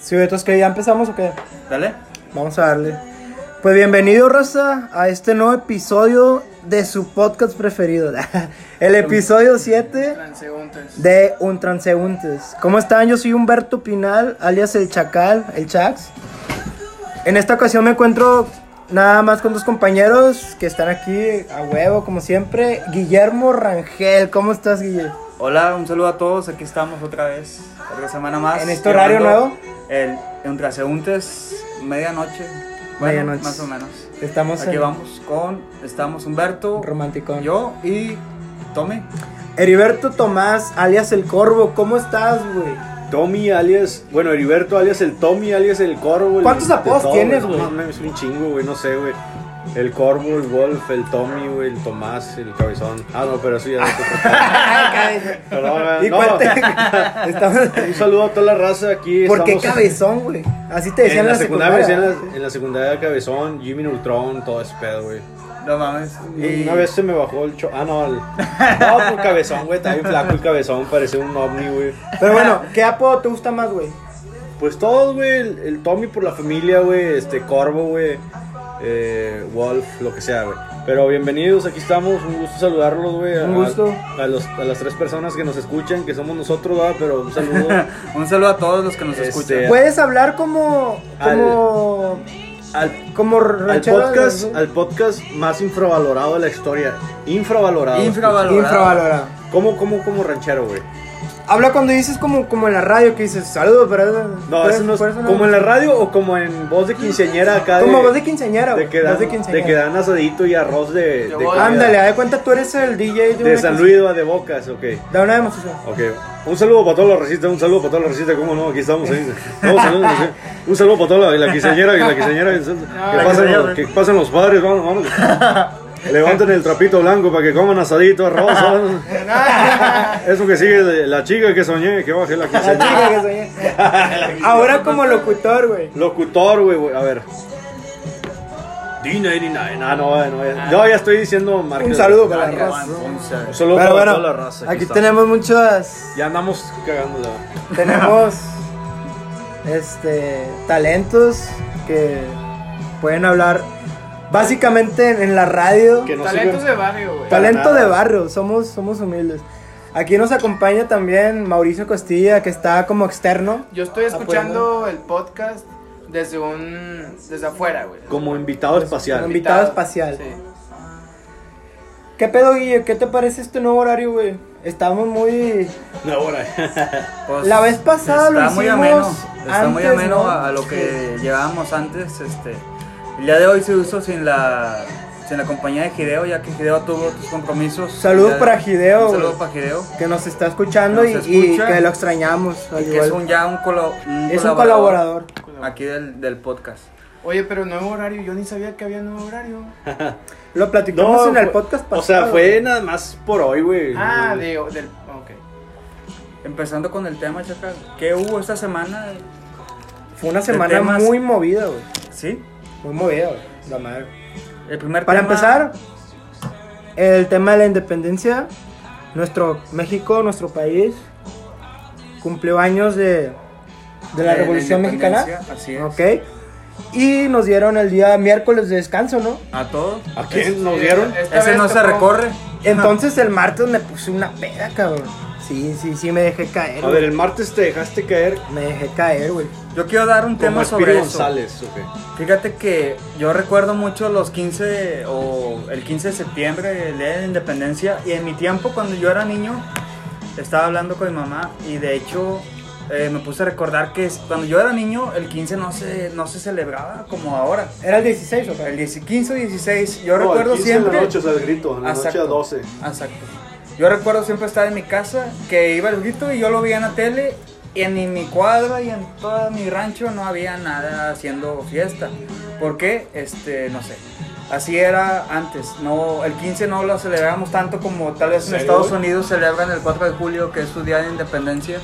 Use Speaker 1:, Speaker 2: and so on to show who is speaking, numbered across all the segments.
Speaker 1: Sí, entonces que ya empezamos o qué?
Speaker 2: Dale.
Speaker 1: Vamos a darle. Pues bienvenido, raza, a este nuevo episodio de su podcast preferido. El episodio 7
Speaker 3: Transeúntes.
Speaker 1: de Un Transeúntes. ¿Cómo están? Yo soy Humberto Pinal, alias El Chacal, El Chax. En esta ocasión me encuentro nada más con dos compañeros que están aquí a huevo, como siempre. Guillermo Rangel, ¿cómo estás, Guillermo?
Speaker 2: Hola, un saludo a todos. Aquí estamos otra vez, otra semana más.
Speaker 1: ¿En este horario
Speaker 2: Llevando
Speaker 1: nuevo?
Speaker 2: El, en traseúntes, medianoche. Bueno,
Speaker 1: Medianoche.
Speaker 2: más o menos.
Speaker 1: Estamos
Speaker 2: Aquí
Speaker 1: en
Speaker 2: vamos con, estamos Humberto,
Speaker 1: Romanticón.
Speaker 2: yo y Tommy.
Speaker 1: Heriberto Tomás, alias El Corvo, ¿cómo estás, güey?
Speaker 4: Tommy alias, bueno, Heriberto alias el Tommy alias el Corvo. el-
Speaker 1: ¿Cuántos
Speaker 4: de
Speaker 1: apodos
Speaker 4: todo,
Speaker 1: tienes, güey?
Speaker 4: No mames, es un chingo, güey, no sé, güey. El Corvo, el Wolf, el Tommy, güey, el Tomás, el Cabezón. Ah, no, pero eso ya es otro. Perdón, güey,
Speaker 1: ¿Y
Speaker 4: no.
Speaker 1: cuál te- estamos-
Speaker 4: Un saludo a toda la raza aquí.
Speaker 1: ¿Por qué
Speaker 4: estamos-
Speaker 1: cabezón, güey? Así te decían
Speaker 4: En la secundaria, me decían
Speaker 1: secundaria.
Speaker 4: la- en la secundaria Cabezón, Jimmy Neutron, todo ese pedo, güey.
Speaker 2: No mames. Y
Speaker 4: Una vez se me bajó el cho... Ah, no, el... No, por Cabezón, güey, está bien flaco el Cabezón, parece un ovni, güey.
Speaker 1: Pero bueno, ¿qué apodo te gusta más, güey?
Speaker 4: Pues todos, güey. El, el Tommy por la familia, güey. Este Corvo, güey. eh, Wolf, lo que sea, güey. Pero bienvenidos, aquí estamos. Un gusto saludarlos, güey. a-
Speaker 1: Un gusto.
Speaker 4: A, los, a las tres personas que nos escuchan, que somos nosotros, ¿verdad? Pero un saludo.
Speaker 2: un saludo a todos los que nos
Speaker 4: Este,
Speaker 2: escuchan.
Speaker 1: Puedes hablar como. como.
Speaker 4: al,
Speaker 1: como
Speaker 4: al,
Speaker 1: ranchero,
Speaker 4: podcast,
Speaker 1: ¿no?
Speaker 4: al podcast más infravalorado de la historia. Infravalorado.
Speaker 2: Infravalorado.
Speaker 1: Infravalorado.
Speaker 4: ¿Cómo, cómo, cómo ranchero, güey?
Speaker 1: Habla cuando dices como, como en la radio que dices saludos, pero.
Speaker 4: No, eso no es. ¿Como en la radio o como en voz de quinceañera acá?
Speaker 1: Como
Speaker 4: de,
Speaker 1: voz de quinceañera, güey.
Speaker 4: de que dan,
Speaker 1: voz de
Speaker 4: de
Speaker 1: quinceañera.
Speaker 4: que dan asadito y arroz de.
Speaker 3: Yo
Speaker 4: de
Speaker 3: voy.
Speaker 4: comida.
Speaker 1: Ándale, haz de cuenta tú eres el DJ de,
Speaker 4: De
Speaker 1: una
Speaker 4: San
Speaker 1: quince-
Speaker 4: Luis va de Bocas, ok.
Speaker 1: Da una demostración.
Speaker 4: Ok. Un saludo para todos los racistas, un saludo para todos los racistas, ¿cómo no? Aquí estamos. ahí. No, un, saludo, ¿eh? un saludo para toda la, la quinceañera y la ¿eh? quinceañera. Que pasen, los, que pasen los padres, vamos, vamos. Levanten el trapito blanco para que coman asadito, arroz. vamos. Eso que sigue, de la chica que soñé, que baje la
Speaker 1: La
Speaker 4: quinceañera.
Speaker 1: chica que soñé. Ahora como locutor, güey.
Speaker 4: Locutor, güey, güey, a ver. D99. Ah, no, no, ya, no, ya estoy diciendo marcas.
Speaker 1: Un saludo para la
Speaker 2: Dale,
Speaker 1: raza.
Speaker 2: un saludo.
Speaker 4: Un saludo
Speaker 1: Pero
Speaker 4: para
Speaker 1: bueno,
Speaker 4: toda la raza.
Speaker 1: aquí
Speaker 4: está.
Speaker 1: tenemos muchas.
Speaker 4: Ya andamos cagándola.
Speaker 1: Tenemos. este. Talentos que pueden hablar básicamente en, en la radio.
Speaker 4: Que no
Speaker 3: Talentos
Speaker 4: sirven.
Speaker 3: de barrio, güey.
Speaker 4: Tal-
Speaker 1: Talento
Speaker 4: nada.
Speaker 1: de barrio, somos, somos humildes. Aquí nos acompaña también Mauricio Costilla, que está como externo.
Speaker 3: Yo estoy escuchando el podcast desde un. desde afuera, güey.
Speaker 4: Como
Speaker 2: Pues,
Speaker 4: invitado espacial.
Speaker 1: Invitado espacial.
Speaker 3: Sí.
Speaker 1: ¿Qué pedo, Guille? ¿Qué te parece este nuevo horario, güey? Estamos muy.
Speaker 4: No, ahora.
Speaker 2: Pues,
Speaker 1: La vez pasada lo
Speaker 2: está muy
Speaker 1: hicimos
Speaker 2: ameno, está muy
Speaker 1: antes,
Speaker 2: ameno
Speaker 1: ¿no?
Speaker 2: a, a lo que llevábamos antes. Este, el día de hoy se usó sin la, sin la compañía de Gideo, ya que Gideo tuvo otros compromisos.
Speaker 1: Saludos
Speaker 2: Ya-
Speaker 1: para Gideo,
Speaker 2: Un saludo
Speaker 1: güey.
Speaker 2: para Gideo.
Speaker 1: Que nos está escuchando
Speaker 2: Que
Speaker 1: y,
Speaker 2: nos
Speaker 1: y
Speaker 2: escucha.
Speaker 1: que lo extrañamos. al
Speaker 2: Y que
Speaker 1: igual.
Speaker 2: es un, ya un, colo- un
Speaker 1: Es un colaborador.
Speaker 2: aquí del, del podcast.
Speaker 3: Oye, pero nuevo horario. Yo ni sabía que había nuevo horario.
Speaker 1: Lo platicamos en el
Speaker 4: fue-
Speaker 1: podcast pasado.
Speaker 4: O sea, fue nada más por hoy, güey.
Speaker 3: Ah,
Speaker 4: No,
Speaker 3: de, del. Ok.
Speaker 2: Empezando con el tema, Chacal. ¿Qué hubo esta semana?
Speaker 1: Fue una
Speaker 2: de
Speaker 1: semana
Speaker 2: temas.
Speaker 1: muy movida, güey.
Speaker 2: Sí.
Speaker 1: Muy movida, güey. La madre.
Speaker 2: El primer
Speaker 1: Para
Speaker 2: tema-
Speaker 1: empezar, el tema de la independencia. Nuestro México, nuestro país, cumplió años de, de la
Speaker 2: de
Speaker 1: Revolución Mexicana.
Speaker 2: independencia, Así es.
Speaker 1: Ok. Y nos dieron el día miércoles de descanso, ¿no?
Speaker 2: A todos.
Speaker 4: ¿A quién nos dieron?
Speaker 3: Esta
Speaker 2: Ese
Speaker 3: vez
Speaker 2: no se
Speaker 3: tocó-
Speaker 2: recorre.
Speaker 1: Entonces el martes me puse una peda, cabrón. Sí, sí, sí, me dejé caer.
Speaker 4: A ver,
Speaker 1: güey.
Speaker 4: el martes te dejaste caer
Speaker 1: Me dejé caer, güey.
Speaker 2: Yo quiero dar un
Speaker 4: como
Speaker 2: tema
Speaker 4: Espíritu
Speaker 2: sobre eso.
Speaker 4: González. ok.
Speaker 2: Fíjate que yo recuerdo mucho los 15 o el 15 de septiembre, el día de la independencia, y en mi tiempo cuando yo era niño estaba hablando con mi mamá y de hecho eh, me puse a recordar que es- cuando yo era niño el 15 no se, no se celebraba como ahora.
Speaker 1: Era el 16, o sea,
Speaker 2: El 10 15 o 16, yo
Speaker 4: No, el
Speaker 2: recuerdo
Speaker 4: 15 de
Speaker 2: siempre...
Speaker 4: la noche, o sea, el grito. en La noche a
Speaker 2: Exacto.
Speaker 4: 12.
Speaker 2: Exacto. Yo recuerdo siempre estar en mi casa, que iba el grito y yo lo veía en la tele, y en mi- mi cuadra y en todo mi rancho no había nada haciendo fiesta. ¿Por qué? Este, no sé. Así era antes. No, el 15 no lo celebrábamos tanto como tal vez en
Speaker 4: ¿En serio,
Speaker 2: Estados
Speaker 4: güey?
Speaker 2: Unidos celebran el 4 de julio, que es su día de independencia.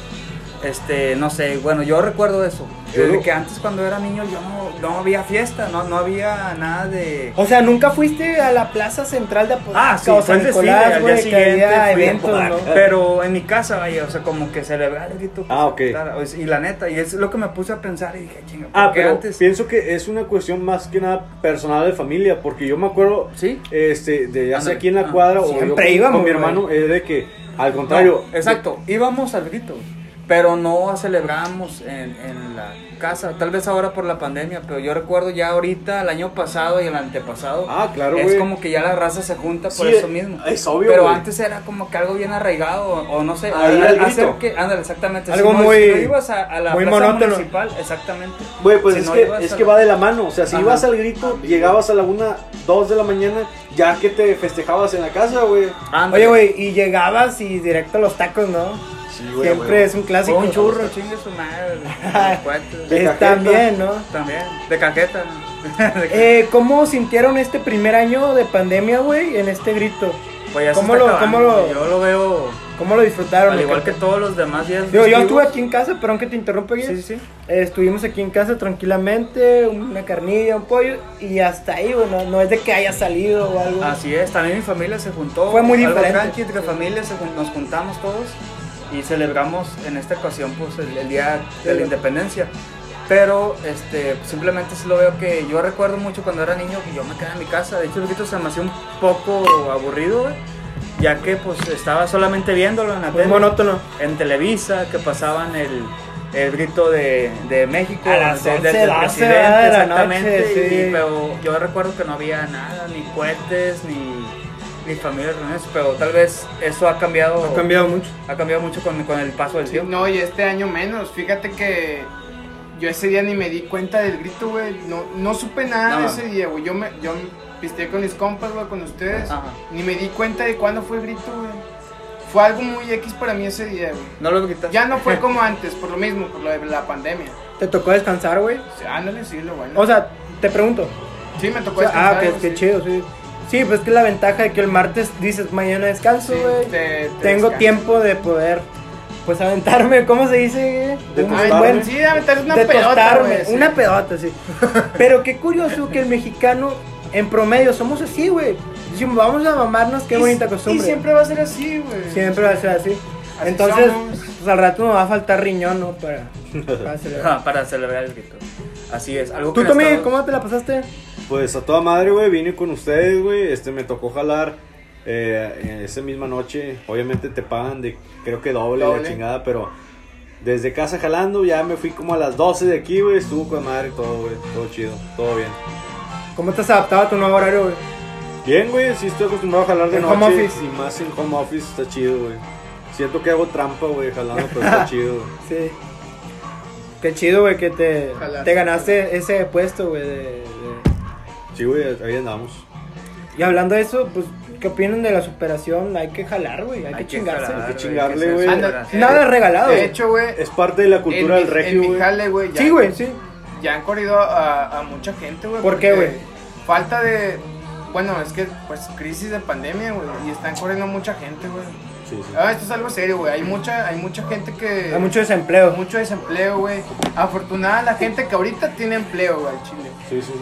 Speaker 2: Este, no sé, bueno, yo recuerdo eso.
Speaker 4: Yo
Speaker 2: Desde
Speaker 4: lo-
Speaker 2: que antes cuando era niño yo no, no había fiesta, no, no había nada de...
Speaker 1: O sea, nunca fuiste a la plaza central de Apodaca
Speaker 2: Ah, sí,
Speaker 1: o San
Speaker 2: fue el desfile,
Speaker 1: Nicolás,
Speaker 2: al día
Speaker 1: pues, güey, que
Speaker 2: siguiente
Speaker 1: había
Speaker 2: fui a
Speaker 1: eventos, ¿no?
Speaker 2: Apodaca. Pero en mi casa, vaya, o sea, como que celebrar el grito.
Speaker 4: Ah, ok.
Speaker 2: pues, Y la neta, y es lo que me puse a pensar y dije, chinga, ¿por
Speaker 4: Ah,
Speaker 2: qué
Speaker 4: pero
Speaker 2: antes?
Speaker 4: pienso que es una cuestión más que nada personal de familia, porque yo me acuerdo,
Speaker 2: Sí.
Speaker 4: este, de ya sea
Speaker 2: Ándale.
Speaker 4: aquí en la
Speaker 2: Ah,
Speaker 4: cuadra o yo
Speaker 1: siempre
Speaker 4: con,
Speaker 1: íbamos,
Speaker 4: con mi
Speaker 1: güey.
Speaker 4: hermano, es de que, al
Speaker 2: No,
Speaker 4: contrario,
Speaker 2: exacto, íbamos al grito, pero no celebramos en, en la casa, tal vez ahora por la pandemia, pero yo recuerdo ya ahorita, el año pasado y el antepasado,
Speaker 4: Ah, claro,
Speaker 2: es
Speaker 4: güey.
Speaker 2: como que ya la raza se junta por
Speaker 4: Sí,
Speaker 2: eso mismo.
Speaker 4: es obvio,
Speaker 2: Pero
Speaker 4: güey.
Speaker 2: antes era como que algo bien arraigado, o, o no sé,
Speaker 4: Ah, era el
Speaker 2: hacer
Speaker 4: grito.
Speaker 2: que, ándale, exactamente,
Speaker 1: Algo
Speaker 2: no-
Speaker 1: muy-
Speaker 2: no ibas a, a la
Speaker 1: muy
Speaker 2: plaza
Speaker 1: monótono.
Speaker 2: municipal, exactamente.
Speaker 4: Güey, pues
Speaker 2: Si
Speaker 4: es,
Speaker 2: no ibas
Speaker 4: que, es
Speaker 2: a-
Speaker 4: que va de la mano. O sea, si
Speaker 2: Ajá. Ah,
Speaker 4: ibas al grito, llegabas a la una, dos de la mañana, ya que te festejabas en la casa, güey.
Speaker 1: Oye,
Speaker 2: Ándale.
Speaker 1: güey, y llegabas y directo a los tacos, ¿no?
Speaker 4: Sí,
Speaker 1: Siempre es un clásico.
Speaker 2: un churro, chingue su madre, los cuates,
Speaker 4: De
Speaker 1: Es
Speaker 4: cajeta.
Speaker 1: también, ¿no?
Speaker 2: también, de caqueta. De ca-
Speaker 1: Eh, ¿Cómo sintieron este primer año de pandemia, güey, en este grito?
Speaker 2: Pues ya se
Speaker 1: ¿Cómo
Speaker 2: está
Speaker 1: lo, cómo lo,
Speaker 2: acabando, Yo lo veo
Speaker 1: cómo lo disfrutaron?
Speaker 2: Al
Speaker 1: güey?
Speaker 2: igual que todos los demás días.
Speaker 1: Digo, yo
Speaker 2: festivos.
Speaker 1: estuve aquí en casa, perdón que te interrumpa, Guille.
Speaker 2: Sí, sí.
Speaker 1: Eh, estuvimos aquí en casa tranquilamente, una carnilla, un pollo, y hasta ahí, bueno, no es de que haya salido o algo.
Speaker 2: Así es, también mi familia se juntó.
Speaker 1: Fue muy
Speaker 2: algo
Speaker 1: diferente.
Speaker 2: tranqui, entre familia se jun- nos juntamos todos y celebramos en esta ocasión pues el, el día de la independencia. Pero este, simplemente sí lo veo que yo recuerdo mucho cuando era niño que yo me quedaba en mi casa. De hecho, el grito se me hacía un poco aburrido, güey, ya que pues estaba solamente viéndolo en la
Speaker 1: Muy
Speaker 2: tele.
Speaker 1: monótono.
Speaker 2: en Televisa que pasaban el, el grito de, de México
Speaker 1: A las
Speaker 2: de-
Speaker 1: 11,
Speaker 2: del
Speaker 1: 12
Speaker 2: presidente,
Speaker 1: de la
Speaker 2: exactamente
Speaker 1: noche, sí.
Speaker 2: y- pero yo recuerdo que no había nada ni cohetes ni ni familias reunidas, pero tal vez eso ha cambiado
Speaker 1: Ha cambiado mucho.
Speaker 2: ha cambiado mucho con, con el paso del
Speaker 3: Sí,
Speaker 2: tiempo
Speaker 3: No, y este año menos. Fíjate que yo ese día ni me di cuenta del grito, güey. No, no supe nada de
Speaker 2: No.
Speaker 3: ese día, güey. Yo me yo pisteé con mis compas, güey, con ustedes.
Speaker 2: Ajá.
Speaker 3: Ni me di cuenta de cuándo fue el grito, güey. Fue algo muy X para mí ese día, güey.
Speaker 2: no lo gritas
Speaker 3: Ya no fue como antes, por lo mismo, por lo de la pandemia.
Speaker 1: ¿Te tocó descansar, güey?
Speaker 3: Sí, Ándale, sí, lo bueno.
Speaker 1: O sea, te pregunto.
Speaker 3: sí, me
Speaker 1: O
Speaker 3: tocó
Speaker 1: sea, ah,
Speaker 3: descansar,
Speaker 1: que,
Speaker 3: güey,
Speaker 1: que
Speaker 3: sí.
Speaker 1: chido, sí. Sí, pues que la ventaja de que el martes dices mañana descanso,
Speaker 3: Sí,
Speaker 1: güey.
Speaker 3: te- te
Speaker 1: Tengo
Speaker 3: descansas.
Speaker 1: tiempo de poder, pues, aventarme, ¿cómo se dice?
Speaker 4: De
Speaker 1: Un
Speaker 4: tostarme.
Speaker 3: Ay, pues
Speaker 1: buen-
Speaker 3: sí, a meter una
Speaker 1: de
Speaker 3: pelota,
Speaker 1: tostarme,
Speaker 3: güey. sí.
Speaker 1: una pedota, sí. Pero qué curioso que el mexicano, en promedio, somos así, güey. Decimos, vamos a mamarnos, qué
Speaker 3: Y-
Speaker 1: bonita costumbre.
Speaker 3: Y siempre va a ser así, güey.
Speaker 1: Siempre va a ser así.
Speaker 3: Así
Speaker 1: Entonces,
Speaker 3: somos.
Speaker 1: pues al rato nos va a faltar riñón, ¿no? Para, para celebrar.
Speaker 2: Ah, para celebrar el grito así es algo
Speaker 1: ¿Tú,
Speaker 2: que
Speaker 1: Tommy,
Speaker 2: estaba-
Speaker 1: cómo te la pasaste?
Speaker 4: Pues a toda madre, güey, vine con ustedes, güey. Este, me tocó jalar eh, esa misma noche. Obviamente te pagan de, creo que doble,
Speaker 3: Doble.
Speaker 4: la chingada, pero desde casa jalando, ya me fui como a las 12 de aquí, güey. Estuvo con madre todo, güey. Todo chido, todo bien.
Speaker 1: ¿Cómo te has adaptado a tu nuevo horario, güey?
Speaker 4: Bien, güey, sí estoy acostumbrado a jalar de
Speaker 1: En
Speaker 4: noche.
Speaker 1: home office.
Speaker 4: Y más en home office, está chido, güey. Siento que hago trampa, güey, jalando, pero está chido, güey.
Speaker 1: Sí. Qué chido, güey, que te,
Speaker 3: Ojalá.
Speaker 1: te ganaste ese puesto, güey. de- de-
Speaker 4: Sí, güey, ahí andamos.
Speaker 1: Y hablando de eso, pues, ¿qué opinan de la superación? Hay que jalar, güey, hay, que chingarse.
Speaker 2: jalar,
Speaker 4: hay que
Speaker 2: güey,
Speaker 4: chingarle,
Speaker 2: se
Speaker 4: güey.
Speaker 2: supera.
Speaker 3: que-
Speaker 1: Nada regalado.
Speaker 3: De hecho, güey.
Speaker 4: Es parte de la cultura
Speaker 3: Eh, en
Speaker 4: del
Speaker 3: mi-
Speaker 4: regio,
Speaker 3: En mi
Speaker 4: güey.
Speaker 3: jale, güey. ya-
Speaker 1: sí, güey, sí.
Speaker 3: Ya han corrido a, a mucha gente, güey.
Speaker 1: ¿Por qué,
Speaker 3: porque
Speaker 1: güey?
Speaker 3: Falta de. Bueno, es que, pues, crisis de pandemia, güey. Y están corriendo mucha gente, güey.
Speaker 4: Sí, sí.
Speaker 3: Ah, esto es algo serio, güey. Hay mucha, hay mucha gente que.
Speaker 1: Hay mucho desempleo.
Speaker 3: mucho desempleo, güey. Afortunada la gente que ahorita tiene empleo, güey, al chile.
Speaker 4: Sí, sí, sí.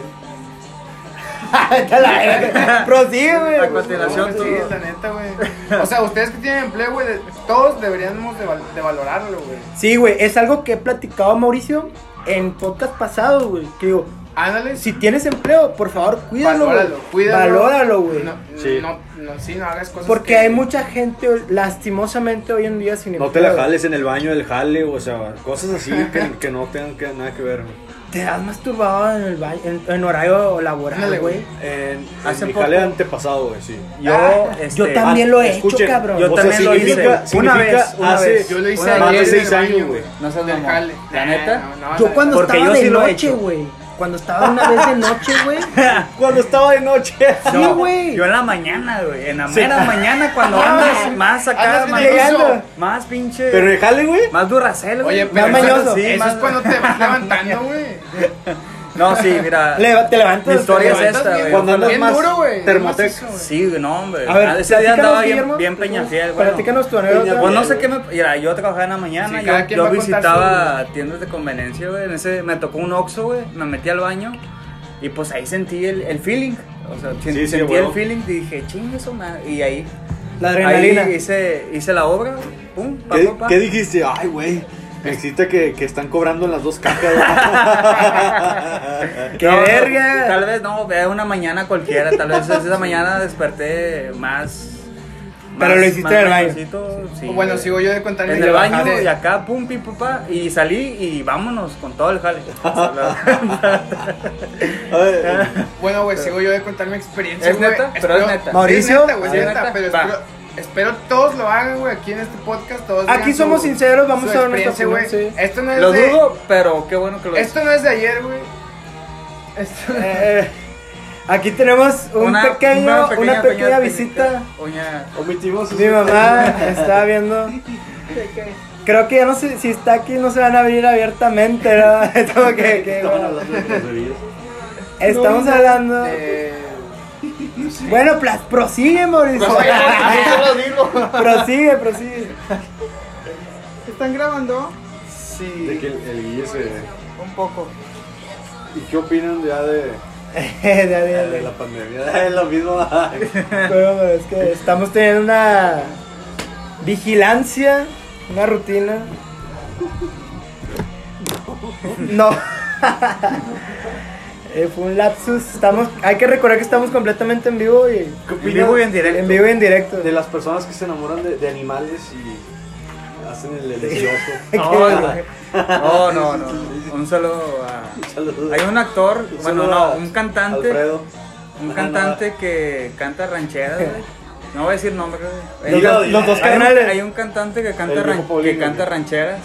Speaker 1: Vete a la verga. Prosigue, güey.
Speaker 2: A continuación,
Speaker 3: Sí,
Speaker 2: tú.
Speaker 3: la neta, güey. O sea, ustedes que tienen empleo, güey, de- todos deberíamos de, val- de valorarlo, güey.
Speaker 1: Sí, güey, es algo que he platicado Mauricio en podcast pasados, güey. Que digo,
Speaker 3: Ándale,
Speaker 1: si tienes empleo, por favor, cuídalo, güey.
Speaker 3: valóralo, cuídalo.
Speaker 1: Valóralo, güey.
Speaker 3: No,
Speaker 4: Sí.
Speaker 3: no, no, sí, no hagas cosas.
Speaker 1: Porque
Speaker 3: que-
Speaker 1: hay mucha gente, lastimosamente, hoy en día sin empleo.
Speaker 4: No te la
Speaker 1: güey.
Speaker 4: jales en el baño del jale, o sea, cosas así que, que no tengan que- nada que ver. güey.
Speaker 1: Te has masturbado en el baño, en, en horario laboral,
Speaker 3: Ándale,
Speaker 1: güey.
Speaker 4: En,
Speaker 2: Hace
Speaker 4: en mi
Speaker 2: poco-
Speaker 4: jale antepasado, güey, sí.
Speaker 2: yo
Speaker 1: Ah,
Speaker 2: este,
Speaker 1: yo también lo he hecho,
Speaker 4: escuchen,
Speaker 1: cabrón.
Speaker 4: Yo
Speaker 2: Yo
Speaker 4: también
Speaker 2: también lo hice.
Speaker 4: significa,
Speaker 2: Una
Speaker 4: Una
Speaker 2: vez,
Speaker 4: vez,
Speaker 2: una
Speaker 4: hace
Speaker 2: vez.
Speaker 3: Yo lo hice
Speaker 2: Una
Speaker 3: ayer.
Speaker 4: más de
Speaker 3: en el
Speaker 4: seis
Speaker 3: baño,
Speaker 4: años, güey.
Speaker 2: No seas
Speaker 3: Del
Speaker 2: mamón.
Speaker 3: jale.
Speaker 2: ¿La
Speaker 3: Nah,
Speaker 2: neta?
Speaker 3: no, no,
Speaker 1: Yo
Speaker 3: la-
Speaker 1: cuando
Speaker 2: Porque
Speaker 1: estaba
Speaker 2: yo
Speaker 1: de
Speaker 2: sí lo he
Speaker 1: noche,
Speaker 2: hecho.
Speaker 1: güey. Cuando estaba una vez de noche, güey.
Speaker 4: Cuando estaba de noche.
Speaker 1: Sí,
Speaker 2: No,
Speaker 1: güey.
Speaker 2: Yo en la mañana, güey. En la mera mañana cuando
Speaker 1: Ah,
Speaker 2: andas más acá,
Speaker 3: andas
Speaker 2: más,
Speaker 1: llegando.
Speaker 2: más pinche.
Speaker 4: Pero en el jale, güey.
Speaker 2: Más duracel, güey.
Speaker 3: Oye, pero
Speaker 1: Más
Speaker 3: eso-
Speaker 1: mañoso.
Speaker 3: Eso es
Speaker 2: más-
Speaker 3: cuando te vas levantando, güey.
Speaker 2: No, sí, mira.
Speaker 1: Le- te levantas.
Speaker 2: Mi historia
Speaker 1: te
Speaker 2: es
Speaker 1: levantas,
Speaker 2: esta,
Speaker 1: bien-
Speaker 2: güey.
Speaker 4: Cuando andas
Speaker 3: Bien
Speaker 4: más
Speaker 3: duro, güey.
Speaker 4: Thermotec.
Speaker 3: Más eso, güey.
Speaker 2: Sí, güey, no, hombre.
Speaker 1: A ver,
Speaker 2: Ah, ese día andaba
Speaker 1: platícanos,
Speaker 2: bien,
Speaker 1: Guillermo.
Speaker 2: bien peñafiel, güey.
Speaker 1: Platícanos tu anécdota.
Speaker 2: Pues no sé qué me. Mira, yo trabajaba en la mañana,
Speaker 3: Sí,
Speaker 2: yo,
Speaker 3: cada quien
Speaker 2: yo
Speaker 3: va a contar
Speaker 2: visitaba tiendas de conveniencia, güey. En ese me tocó un Oxxo, güey. Me metí al baño y pues ahí sentí el, el feeling. O sea, sen-
Speaker 4: Sí, sí,
Speaker 2: sentí
Speaker 4: huevo.
Speaker 2: el feeling y dije, chingue eso, madre. Y ahí,
Speaker 1: La adrenalina.
Speaker 2: ahí hice, hice la obra, pum, pa,
Speaker 4: ¿Qué,
Speaker 2: pa, pa.
Speaker 4: qué dijiste? Ay, güey. Me excita que, que están cobrando en las dos cajas. güey.
Speaker 1: ¡Qué
Speaker 2: No, no,
Speaker 1: verga!
Speaker 2: Tal vez no, vea una mañana cualquiera, tal vez esa mañana desperté más.
Speaker 1: Pero
Speaker 2: más-
Speaker 1: lo hiciste
Speaker 2: más
Speaker 1: en el baño.
Speaker 2: nerviosito, sí,
Speaker 3: O bueno,
Speaker 2: güey.
Speaker 3: sigo yo de contar
Speaker 2: En
Speaker 3: mi
Speaker 2: el baño
Speaker 3: bajada.
Speaker 2: y acá, pum, pi, papá, y salí y vámonos con todo el jale.
Speaker 4: A ver,
Speaker 3: Bueno, güey, sigo yo de contar mi experiencia.
Speaker 2: ¿Es
Speaker 3: güey.
Speaker 2: neta? Pero es neta. Ah,
Speaker 1: Mauricio,
Speaker 3: Es neta, güey, es
Speaker 2: ¿es
Speaker 3: neta,
Speaker 2: neta?
Speaker 3: pero
Speaker 2: Va.
Speaker 3: espero, espero todos lo hagan, güey, aquí en este podcast. Todos
Speaker 1: Aquí
Speaker 3: digan
Speaker 1: somos sinceros, vamos
Speaker 3: su
Speaker 1: a dar nuestra
Speaker 3: experiencia,
Speaker 1: opinión,
Speaker 3: güey. Esto no es
Speaker 2: lo
Speaker 3: de,
Speaker 2: dudo, pero qué bueno que lo
Speaker 3: Esto no es de ayer, güey. Esto
Speaker 1: Eh, aquí tenemos un pequeño, una pequeña,
Speaker 2: pequeña-
Speaker 1: visita.
Speaker 2: Una-
Speaker 4: omitimos.
Speaker 1: Mi mamá está viendo. Creo que ya no sé si está aquí, no se van a abrir abiertamente. ¿no? Es como que- que, bueno, estamos hablando.
Speaker 3: eh,
Speaker 1: Bueno, plas- prosigue, Mauricio. prosigue, prosigue.
Speaker 3: ¿Están grabando?
Speaker 4: De que
Speaker 3: Sí.
Speaker 4: el, el Guille se-
Speaker 3: Un poco.
Speaker 4: ¿Y qué opinan ya de,
Speaker 1: Eh, Dale,
Speaker 2: Eh.
Speaker 1: dale,
Speaker 4: de
Speaker 1: dale.
Speaker 4: la pandemia? Es lo mismo.
Speaker 1: Bueno, es que estamos teniendo una vigilancia, una rutina. No. Eh, Fue un lapsus. Estamos, hay que recordar que estamos completamente en vivo y
Speaker 4: ¿Qué
Speaker 2: En vivo y en
Speaker 4: opinan
Speaker 2: directo.
Speaker 1: en vivo y en directo.
Speaker 4: de las personas que se enamoran de, de animales y hacen el delicioso?
Speaker 2: No, güey. no, no, no. Un saludo a.
Speaker 4: Saludos.
Speaker 2: Hay un actor,
Speaker 4: Un
Speaker 2: bueno,
Speaker 4: saludo
Speaker 2: no,
Speaker 4: a
Speaker 2: un cantante.
Speaker 4: Alfredo.
Speaker 2: Un
Speaker 4: Ah,
Speaker 2: cantante que canta rancheras, güey. No voy a decir nombre, güey.
Speaker 4: Dilo,
Speaker 2: Hay un-
Speaker 4: dilo. Los dos
Speaker 2: hay un-
Speaker 1: carnales.
Speaker 2: Hay un cantante que canta,
Speaker 4: El viejo
Speaker 2: ran-
Speaker 4: Paulino.
Speaker 2: que canta rancheras.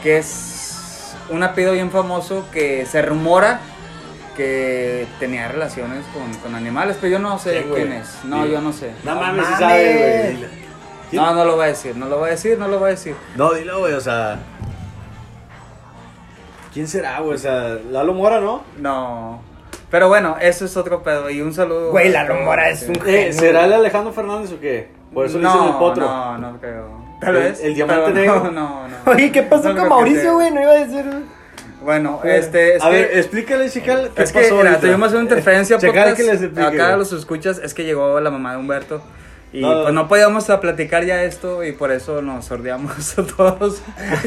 Speaker 2: Que es un apellido bien famoso que se rumora que tenía relaciones con, con animales, pero yo no sé
Speaker 4: Sí, güey.
Speaker 2: quién es. No,
Speaker 4: Sí.
Speaker 2: yo no sé.
Speaker 4: No mames, sí
Speaker 1: mames.
Speaker 4: sabe, güey. Dile. ¿Quién?
Speaker 2: No, no lo voy a decir, no lo voy a decir, no lo voy a decir.
Speaker 4: No, dilo, güey, o sea. ¿Quién será, güey? O sea, Lalo Mora, ¿no?
Speaker 2: No. Pero bueno, eso es otro pedo. Y un saludo.
Speaker 1: Güey, la
Speaker 2: a-
Speaker 1: rumora es un
Speaker 4: Eh,
Speaker 1: genio.
Speaker 4: ¿Será el Alejandro Fernández o qué? Por eso le
Speaker 2: no,
Speaker 4: dicen el potro.
Speaker 2: No, no creo. Tal
Speaker 4: El-
Speaker 2: vez.
Speaker 4: el diamante
Speaker 2: pero
Speaker 4: negro.
Speaker 2: No, no, no.
Speaker 1: Oye, ¿qué
Speaker 2: No
Speaker 1: pasó
Speaker 2: creo
Speaker 1: con
Speaker 2: que
Speaker 1: Mauricio,
Speaker 2: sea.
Speaker 1: güey? No iba a decir. güey.
Speaker 2: Bueno, este. Es
Speaker 4: a
Speaker 2: que,
Speaker 4: ver, explícale, Chical, ¿qué
Speaker 2: es que,
Speaker 4: pasó?
Speaker 2: mira,
Speaker 4: ahorita?
Speaker 2: tuvimos una interferencia
Speaker 4: Chacal,
Speaker 2: podcast,
Speaker 4: que les explique,
Speaker 2: acá
Speaker 4: güey.
Speaker 2: a los escuchas. Es que llegó la mamá de Humberto. Y
Speaker 4: No, no,
Speaker 2: pues
Speaker 4: no.
Speaker 2: no podíamos a platicar ya esto. Y por eso nos sordeamos a todos.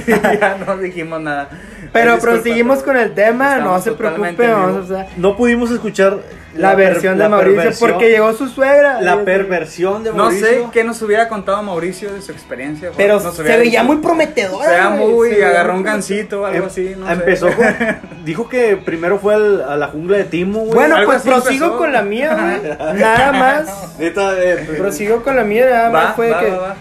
Speaker 2: y ya no dijimos nada.
Speaker 1: Pero
Speaker 2: Ay, disculpa,
Speaker 1: proseguimos
Speaker 2: pero-
Speaker 1: con el tema, no
Speaker 2: Estamos
Speaker 1: se
Speaker 2: totalmente
Speaker 1: preocupen.
Speaker 2: en
Speaker 1: Vamos a
Speaker 2: vivo.
Speaker 1: usar
Speaker 4: No pudimos escuchar
Speaker 1: la,
Speaker 4: per-
Speaker 1: versión de
Speaker 4: la
Speaker 1: Mauricio
Speaker 4: perversión-
Speaker 1: porque llegó su suegra.
Speaker 4: La
Speaker 1: perversión
Speaker 4: perversión de
Speaker 2: No
Speaker 4: Mauricio.
Speaker 2: sé qué nos hubiera contado Mauricio de su experiencia. güey.
Speaker 1: Pero
Speaker 2: Nos
Speaker 1: se
Speaker 2: hubiera
Speaker 1: veía
Speaker 2: dicho-
Speaker 1: muy
Speaker 2: Se
Speaker 1: prometedora.
Speaker 2: veía
Speaker 1: güey,
Speaker 2: muy.
Speaker 1: se veía
Speaker 2: agarró un
Speaker 1: muy-
Speaker 2: gancito o algo
Speaker 4: Em-
Speaker 2: así. No sé.
Speaker 4: empezó con- dijo que primero fue al- a la jungla de Timo, güey.
Speaker 1: Bueno,
Speaker 2: Algo
Speaker 1: pues
Speaker 2: así
Speaker 1: prosigo
Speaker 2: empezó.
Speaker 1: con la mía, güey. Nada más.
Speaker 4: neta, eh,
Speaker 1: Prosigo con la mía, nada
Speaker 2: Va,
Speaker 1: más fue
Speaker 2: va,
Speaker 1: que.
Speaker 2: va, va.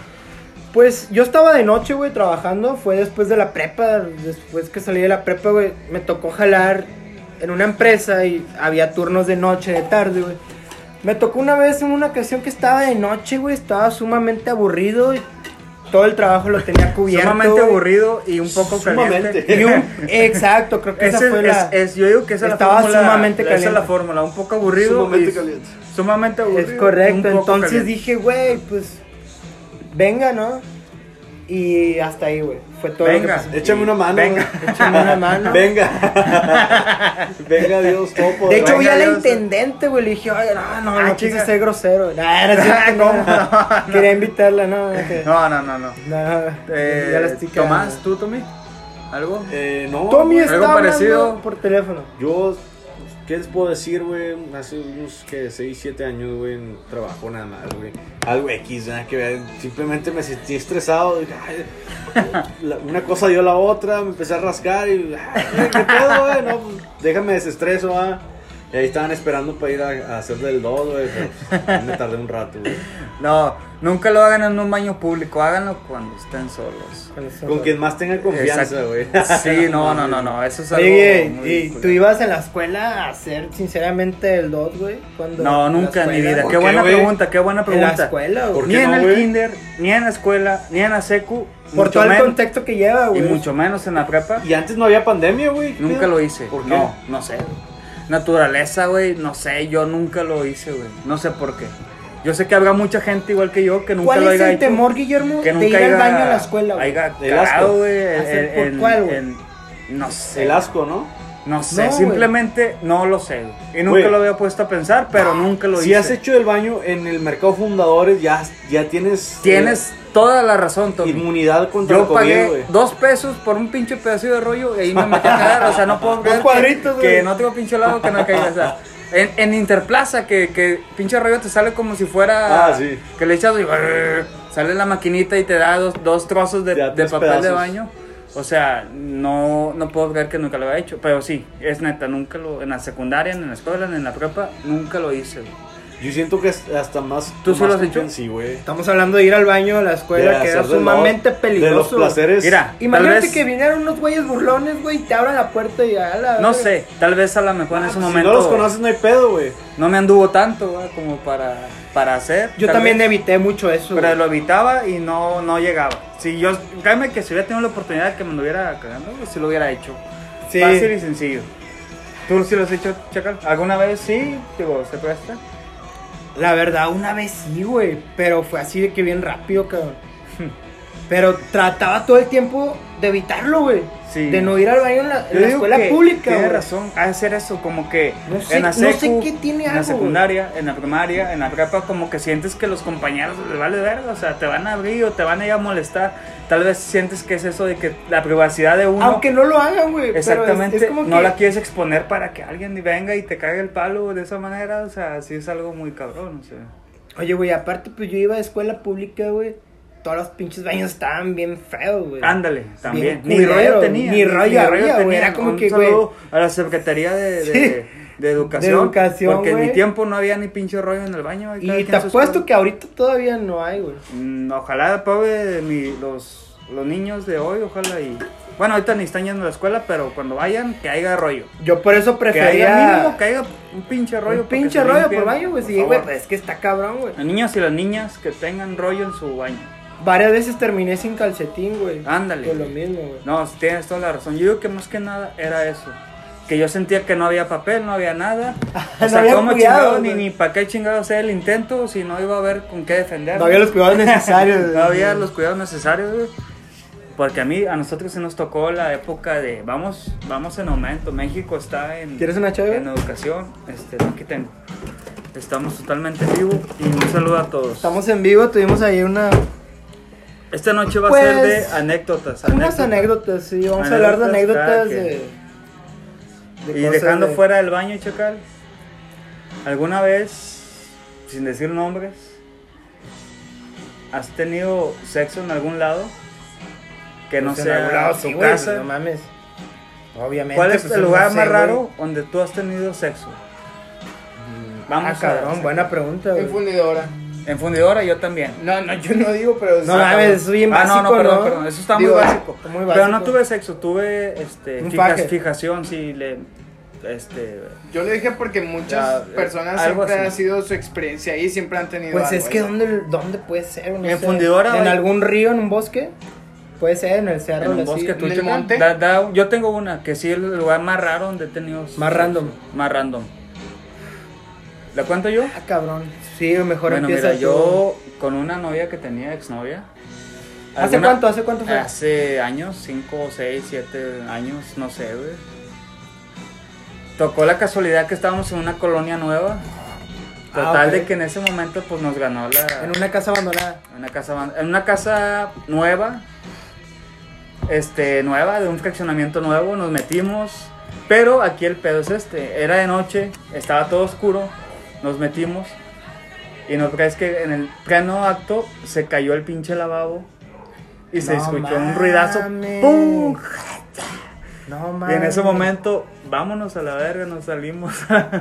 Speaker 1: Pues yo estaba de noche, güey, trabajando. Fue después de la prepa. Después que salí de la prepa, güey, me tocó jalar en una empresa y había turnos de noche, de tarde, güey. Me tocó una vez en una ocasión que estaba de noche, güey. Estaba sumamente aburrido y todo el trabajo lo tenía cubierto.
Speaker 2: Sumamente
Speaker 1: güey.
Speaker 2: aburrido y un poco
Speaker 4: Sumamente.
Speaker 2: caliente.
Speaker 1: Y un- exacto, creo que
Speaker 2: Ese
Speaker 1: esa fue
Speaker 2: es-
Speaker 1: la.
Speaker 2: es- yo digo que esa es la
Speaker 1: Estaba
Speaker 2: fórmula.
Speaker 1: sumamente
Speaker 2: Esa
Speaker 1: caliente.
Speaker 2: es la fórmula, un poco aburrido.
Speaker 4: sumamente
Speaker 2: y-
Speaker 4: caliente.
Speaker 2: Sumamente aburrido.
Speaker 1: Es correcto,
Speaker 2: y un poco
Speaker 1: entonces
Speaker 2: caliente.
Speaker 1: dije, güey, pues venga, ¿no? Y hasta ahí, güey. Fue todo.
Speaker 2: Venga.
Speaker 1: Lo que pasó.
Speaker 4: Échame una mano.
Speaker 2: Venga.
Speaker 4: güey.
Speaker 1: Échame una mano.
Speaker 4: Venga. Venga, Dios topo.
Speaker 1: De hecho,
Speaker 2: venga,
Speaker 1: vi a la
Speaker 2: Dios.
Speaker 1: intendente, güey. Le dije, ay, no, no,
Speaker 2: Ah,
Speaker 1: no quise
Speaker 2: chinga.
Speaker 1: ser grosero. Nah, no es cierto,
Speaker 2: ¿Cómo?
Speaker 1: no. Quería invitarla, ¿no? que-
Speaker 2: No, no, no, no.
Speaker 1: no,
Speaker 2: Eh,
Speaker 1: ya la estoy cagando.
Speaker 2: Tomás, tú, Tommy. ¿Algo?
Speaker 4: Eh, no.
Speaker 1: Tommy
Speaker 4: güey.
Speaker 1: está
Speaker 2: algo
Speaker 1: hablando
Speaker 2: parecido.
Speaker 1: por teléfono.
Speaker 4: Yo, ¿qué les puedo decir, güey? Hace unos, que 6, 7 años, güey, en trabajo nada más, güey. Algo X, nada que ver. Simplemente me sentí estresado. dije, ay, la- una cosa dio la otra, me empecé a rascar y... ay, ¿Qué pedo, güey? No, pues, déjame desestreso, ah. Y ahí estaban esperando para ir a, a hacer del dos, güey. pero pues, Me tardé un rato, güey.
Speaker 2: No, nunca lo hagan en un baño público, háganlo cuando estén solos.
Speaker 4: Con quien más tenga confianza,
Speaker 2: Exacto.
Speaker 4: güey.
Speaker 2: Sí, no, no, no, no, eso es algo
Speaker 1: Oye,
Speaker 2: muy
Speaker 1: y
Speaker 2: culero.
Speaker 1: tú ibas en la escuela a hacer sinceramente el dot, güey. cuando-
Speaker 2: No,
Speaker 1: en la
Speaker 2: nunca en mi
Speaker 1: escuela?
Speaker 2: vida.
Speaker 4: ¿Por
Speaker 2: Qué
Speaker 4: qué,
Speaker 2: buena
Speaker 4: güey?
Speaker 2: pregunta, qué buena
Speaker 1: En la
Speaker 2: pregunta.
Speaker 1: escuela, güey.
Speaker 4: ¿Por
Speaker 2: Ni
Speaker 4: qué
Speaker 2: en
Speaker 4: no,
Speaker 2: el
Speaker 4: güey?
Speaker 2: kinder, ni en la escuela, ni en la secu,
Speaker 1: Por
Speaker 2: mucho
Speaker 1: todo el
Speaker 2: menos-
Speaker 1: contexto que lleva,
Speaker 2: y
Speaker 1: güey.
Speaker 2: mucho menos en la prepa.
Speaker 4: Y antes no había pandemia, güey. ¿Qué
Speaker 2: Nunca
Speaker 4: pedo?
Speaker 2: lo hice.
Speaker 4: ¿Por qué?
Speaker 2: No, no sé. Naturaleza, güey, no sé, yo nunca lo hice, güey. No sé por qué. Yo sé que habrá mucha gente igual que yo que nunca
Speaker 1: ¿Cuál
Speaker 2: lo
Speaker 1: es
Speaker 2: haya
Speaker 1: el
Speaker 2: hecho.
Speaker 1: temor, Guillermo,
Speaker 2: que
Speaker 1: de
Speaker 2: nunca
Speaker 1: ir al
Speaker 2: haya-
Speaker 1: baño a la escuela, güey?
Speaker 2: haya
Speaker 4: El
Speaker 2: cagado,
Speaker 4: asco.
Speaker 2: güey,
Speaker 1: ¿Hacer
Speaker 2: en-
Speaker 1: por
Speaker 2: en-
Speaker 1: cuál, güey?
Speaker 2: en- no sé.
Speaker 4: El asco, ¿no?
Speaker 2: No sé,
Speaker 1: No, güey.
Speaker 2: simplemente no lo sé. güey. Y nunca
Speaker 4: Güey.
Speaker 2: lo había puesto a pensar, pero nunca lo
Speaker 4: si
Speaker 2: hice.
Speaker 4: has hecho el baño en el mercado fundadores, ya, ya tienes.
Speaker 2: Tienes toda la razón,
Speaker 4: eh,
Speaker 2: Tommy.
Speaker 4: inmunidad contra el
Speaker 2: Yo
Speaker 4: COVID,
Speaker 2: pagué
Speaker 4: güey.
Speaker 2: dos pesos por un pinche pedacito de rollo y ahí me metí a cagar. O sea, no puedo creer que-
Speaker 1: cuadritos,
Speaker 2: que,
Speaker 1: güey.
Speaker 2: no tengo pinche lado que no caiga. O sea, en, en Interplaza, que, que pinche rollo te sale como si fuera.
Speaker 4: Ah, sí.
Speaker 2: Que le echas y brrr, sale la maquinita y te da dos, dos trozos de,
Speaker 4: Te da
Speaker 2: de
Speaker 4: tres
Speaker 2: papel de
Speaker 4: pedazos.
Speaker 2: baño. O sea, no, no puedo creer que nunca lo había hecho. Pero sí, es neta, nunca lo. En la secundaria, en la escuela, en la prepa, nunca lo hice. güey.
Speaker 4: Yo siento que es hasta más.
Speaker 2: ¿Tú sí
Speaker 4: más
Speaker 2: lo has hecho?
Speaker 4: confian- Sí, güey.
Speaker 1: Estamos hablando de ir al baño a la escuela,
Speaker 4: De
Speaker 1: que era
Speaker 4: hacer del
Speaker 1: sumamente
Speaker 4: dos,
Speaker 1: peligroso.
Speaker 4: De los placeres.
Speaker 2: Mira.
Speaker 1: Imagínate
Speaker 2: Tal vez-
Speaker 1: que vinieran unos güeyes burlones, güey, y te abran la puerta y a la...
Speaker 2: No sé, tal vez a lo mejor en ese
Speaker 4: Ah, pues, Si
Speaker 2: momento.
Speaker 4: no los conoces, no hay pedo, güey.
Speaker 2: no me anduvo tanto ¿verdad? como para, para hacer.
Speaker 1: Yo
Speaker 2: tal
Speaker 1: también
Speaker 2: vez.
Speaker 1: evité mucho eso.
Speaker 2: Pero
Speaker 1: güey.
Speaker 2: lo evitaba y no, no llegaba. Si yo, créeme que si hubiera tenido la oportunidad de que me anduviera cagando, pues, sí lo hubiera hecho.
Speaker 1: Sí.
Speaker 2: Fácil y sencillo. ¿Tú sí lo has hecho, Chacal? ¿Alguna vez sí? Digo, ¿se presta?
Speaker 1: La verdad, una vez sí, güey, pero fue así de que bien rápido, cabrón. Pero trataba todo el tiempo de evitarlo, güey.
Speaker 2: Sí.
Speaker 1: De no ir al baño en la, en la escuela pública,
Speaker 2: Tienes
Speaker 1: güey.
Speaker 2: razón, hacer eso, como que
Speaker 1: No sé-
Speaker 2: en la
Speaker 1: no sé
Speaker 2: secu,
Speaker 1: qué tiene
Speaker 2: en la
Speaker 1: algo, güey.
Speaker 2: secundaria, en la primaria, en la prepa, como que sientes que los compañeros les vale verga, o sea, te van a abrir o te van a ir a molestar. Tal vez sientes que es eso de que la privacidad de uno.
Speaker 1: Aunque no lo hagan, güey. pero es-
Speaker 2: Exactamente,
Speaker 1: es, como
Speaker 2: no
Speaker 1: que-
Speaker 2: la quieres exponer para que alguien venga y te caiga el palo de esa manera, o sea, sí es algo muy cabrón, o sea.
Speaker 1: Oye, güey, aparte, pues yo iba a escuela pública, güey. Todos los pinches baños estaban bien feos, güey.
Speaker 2: Ándale, también.
Speaker 1: Bien culero, ni rollo había, güey, era como
Speaker 2: Un
Speaker 1: que,
Speaker 2: saludo a la Secretaría de, de-
Speaker 1: Sí.
Speaker 2: de Educación.
Speaker 1: De Educación,
Speaker 2: Porque en
Speaker 1: güey.
Speaker 2: mi tiempo no había ni pinche rollo en el baño. ahí cada
Speaker 1: Y
Speaker 2: quien
Speaker 1: te
Speaker 2: en su
Speaker 1: apuesto
Speaker 2: escuela.
Speaker 1: que ahorita todavía no hay, güey.
Speaker 2: Mm, ojalá, pobre de mi- los, los niños de hoy, ojalá y... Bueno, ahorita ni están yendo a la escuela, pero cuando vayan, que haya rollo.
Speaker 1: Yo por eso
Speaker 2: Que haya
Speaker 1: prefería
Speaker 2: mínimo, que haya un pinche rollo.
Speaker 1: un
Speaker 2: para que
Speaker 1: pinche
Speaker 2: se
Speaker 1: rollo
Speaker 2: limpien,
Speaker 1: por baño, güey. Sí,
Speaker 2: favor.
Speaker 1: güey, pues es que está cabrón, güey.
Speaker 2: Los niños y las niñas que tengan rollo en su baño.
Speaker 1: Varias veces terminé sin calcetín, güey.
Speaker 2: Ándale.
Speaker 1: Por lo mismo, güey.
Speaker 2: No, tienes toda la razón. Yo digo que más que nada era eso. Que yo sentía que no había papel, no había nada. O
Speaker 1: No
Speaker 2: sea,
Speaker 1: había
Speaker 2: ¿cómo
Speaker 1: cuidado,
Speaker 2: chingado, ni,
Speaker 1: güey.
Speaker 2: ni para qué chingado sea el intento si no iba a haber con qué defender.
Speaker 1: No había los cuidados necesarios, güey.
Speaker 2: No había los cuidados necesarios, güey. Porque a mí, a nosotros se nos tocó la época de vamos, vamos en aumento. México está en.
Speaker 1: ¿Quieres una chave?
Speaker 2: En educación. Este, aquí tengo. Estamos totalmente en vivo y un saludo a todos.
Speaker 1: Estamos en vivo, tuvimos ahí una,
Speaker 2: Esta noche va
Speaker 1: Pues,
Speaker 2: a ser de anécdotas.
Speaker 1: unas anécdotas, sí. Vamos a hablar de
Speaker 2: Anécdotas,
Speaker 1: anécdotas de.
Speaker 2: cada
Speaker 1: de
Speaker 2: Y
Speaker 1: cosas
Speaker 2: dejando
Speaker 1: de-
Speaker 2: fuera del baño, Chacal, ¿alguna vez, sin decir nombres, has tenido sexo en algún lado? Que no
Speaker 1: pues, en
Speaker 2: sea
Speaker 1: algún lado,
Speaker 2: tu
Speaker 1: sí, güey,
Speaker 2: casa.
Speaker 1: No mames. Obviamente.
Speaker 2: ¿Cuál es
Speaker 1: pues,
Speaker 2: el
Speaker 1: no
Speaker 2: lugar
Speaker 1: sé,
Speaker 2: más
Speaker 1: güey.
Speaker 2: raro donde tú has tenido sexo? Vamos
Speaker 1: Ah,
Speaker 2: a
Speaker 1: cabrón, buena pregunta,
Speaker 3: En
Speaker 1: güey.
Speaker 3: fundidora.
Speaker 2: En fundidora yo también.
Speaker 3: No, no, yo no digo, pero.
Speaker 1: No mames, es bien
Speaker 2: Ah,
Speaker 1: básico,
Speaker 2: no, no, perdón,
Speaker 1: ¿no?
Speaker 2: perdón, eso está
Speaker 1: Digo,
Speaker 2: muy, básico.
Speaker 1: muy
Speaker 2: Pero
Speaker 1: básico.
Speaker 2: no tuve sexo, tuve este,
Speaker 1: Un
Speaker 2: fijas-
Speaker 1: faje.
Speaker 2: fijación, sí, le, este,
Speaker 3: Yo le dije porque muchas
Speaker 2: Ya, eh,
Speaker 3: personas
Speaker 2: algo así.
Speaker 3: siempre ha sido su experiencia ahí, siempre han tenido.
Speaker 1: Pues
Speaker 3: algo
Speaker 1: es que,
Speaker 3: ahí.
Speaker 1: ¿dónde, dónde puede ser? No
Speaker 2: En
Speaker 1: sé.
Speaker 2: fundidora,
Speaker 1: ¿En
Speaker 2: güey.
Speaker 1: algún río, en un bosque? Puede ser, en el cerro.
Speaker 2: En un
Speaker 1: así.
Speaker 2: bosque, tú
Speaker 3: ¿En el
Speaker 2: checas?
Speaker 3: monte?
Speaker 2: Da- da- yo tengo una, que sí, el lugar más raro donde he tenido.
Speaker 1: Más random.
Speaker 2: Más random. ¿La cuento yo?
Speaker 1: Ah, cabrón. Sí, mejor
Speaker 2: bueno,
Speaker 1: empieza
Speaker 2: mira,
Speaker 1: tú.
Speaker 2: yo con una novia que tenía, exnovia.
Speaker 1: ¿Hace
Speaker 2: alguna-
Speaker 1: cuánto? ¿Hace cuánto fue?
Speaker 2: Hace años, 5, 6, 7 años, no sé, güey. Tocó la casualidad que estábamos en una colonia nueva.
Speaker 1: Ah,
Speaker 2: Total
Speaker 1: ok.
Speaker 2: de que en ese momento pues nos ganó la...
Speaker 1: En una casa abandonada.
Speaker 2: En una casa, aban- en una casa nueva, este, nueva, de un fraccionamiento nuevo, nos metimos. Pero aquí el pedo es este, era de noche, estaba todo oscuro, nos metimos. Y no crees que en el pleno acto se cayó el pinche lavabo y se
Speaker 1: No
Speaker 2: escuchó un
Speaker 1: mames.
Speaker 2: ruidazo. ¡Pum!
Speaker 1: No
Speaker 2: Y
Speaker 1: mames.
Speaker 2: en ese momento, vámonos a la verga, nos salimos.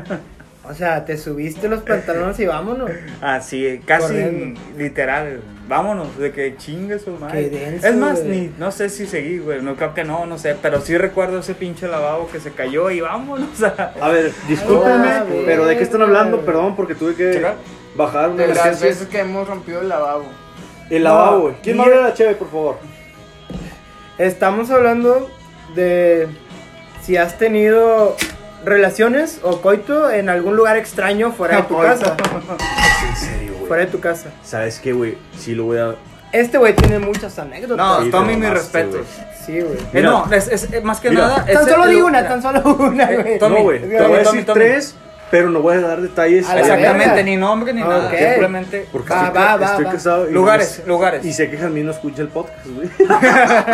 Speaker 1: O sea, te subiste los pantalones y vámonos.
Speaker 2: Así, casi
Speaker 1: Corriendo.
Speaker 2: literal. Vámonos, de que chingues o
Speaker 1: Qué
Speaker 2: madre.
Speaker 1: denso,
Speaker 2: es más,
Speaker 1: güey.
Speaker 2: ni, no sé si seguí, güey. No creo que no, no sé. Pero sí recuerdo ese pinche lavabo que se cayó y vámonos a.
Speaker 4: A ver, discúlpenme,
Speaker 1: Ah, güey.
Speaker 4: pero ¿de qué están hablando? Perdón, porque tuve que
Speaker 2: Checar.
Speaker 4: bajar una
Speaker 3: De las
Speaker 4: emergencia.
Speaker 3: veces que hemos rompido el lavabo.
Speaker 4: El lavabo,
Speaker 1: No,
Speaker 4: güey. ¿Quién
Speaker 1: y-
Speaker 4: me habla de la cheve, por favor?
Speaker 1: Estamos hablando de si has tenido relaciones o coito en algún lugar extraño fuera de tu
Speaker 3: Coito.
Speaker 1: casa.
Speaker 4: En serio,
Speaker 1: Fuera de tu casa.
Speaker 4: ¿Sabes qué, güey? Sí lo voy a...
Speaker 1: Este güey tiene muchas anécdotas.
Speaker 2: No,
Speaker 4: Sí,
Speaker 2: Tommy,
Speaker 4: te
Speaker 2: mis
Speaker 4: mamaste,
Speaker 2: respetos.
Speaker 1: Sí, güey.
Speaker 2: Eh,
Speaker 4: Mira.
Speaker 2: no, es, es- eh, más que
Speaker 4: Mira.
Speaker 2: nada.
Speaker 1: Tan
Speaker 2: ese-
Speaker 1: solo di
Speaker 2: lo-
Speaker 1: una, tan solo una,
Speaker 2: Eh,
Speaker 1: güey.
Speaker 2: Tommy,
Speaker 4: no, güey,
Speaker 2: Tommy,
Speaker 4: te voy a
Speaker 2: Tommy,
Speaker 4: decir
Speaker 2: Tommy. Ah,
Speaker 4: tres, pero no voy a dar detalles.
Speaker 1: A la
Speaker 2: Exactamente,
Speaker 1: verga.
Speaker 2: ni nombre ni
Speaker 1: Ok.
Speaker 2: nada. Simplemente.
Speaker 4: Porque
Speaker 1: Va,
Speaker 4: estoy,
Speaker 1: va, va,
Speaker 4: estoy
Speaker 1: va.
Speaker 4: casado. y
Speaker 2: Lugares,
Speaker 4: no-
Speaker 2: lugares.
Speaker 4: Y se quejan mí no escucha el podcast, güey.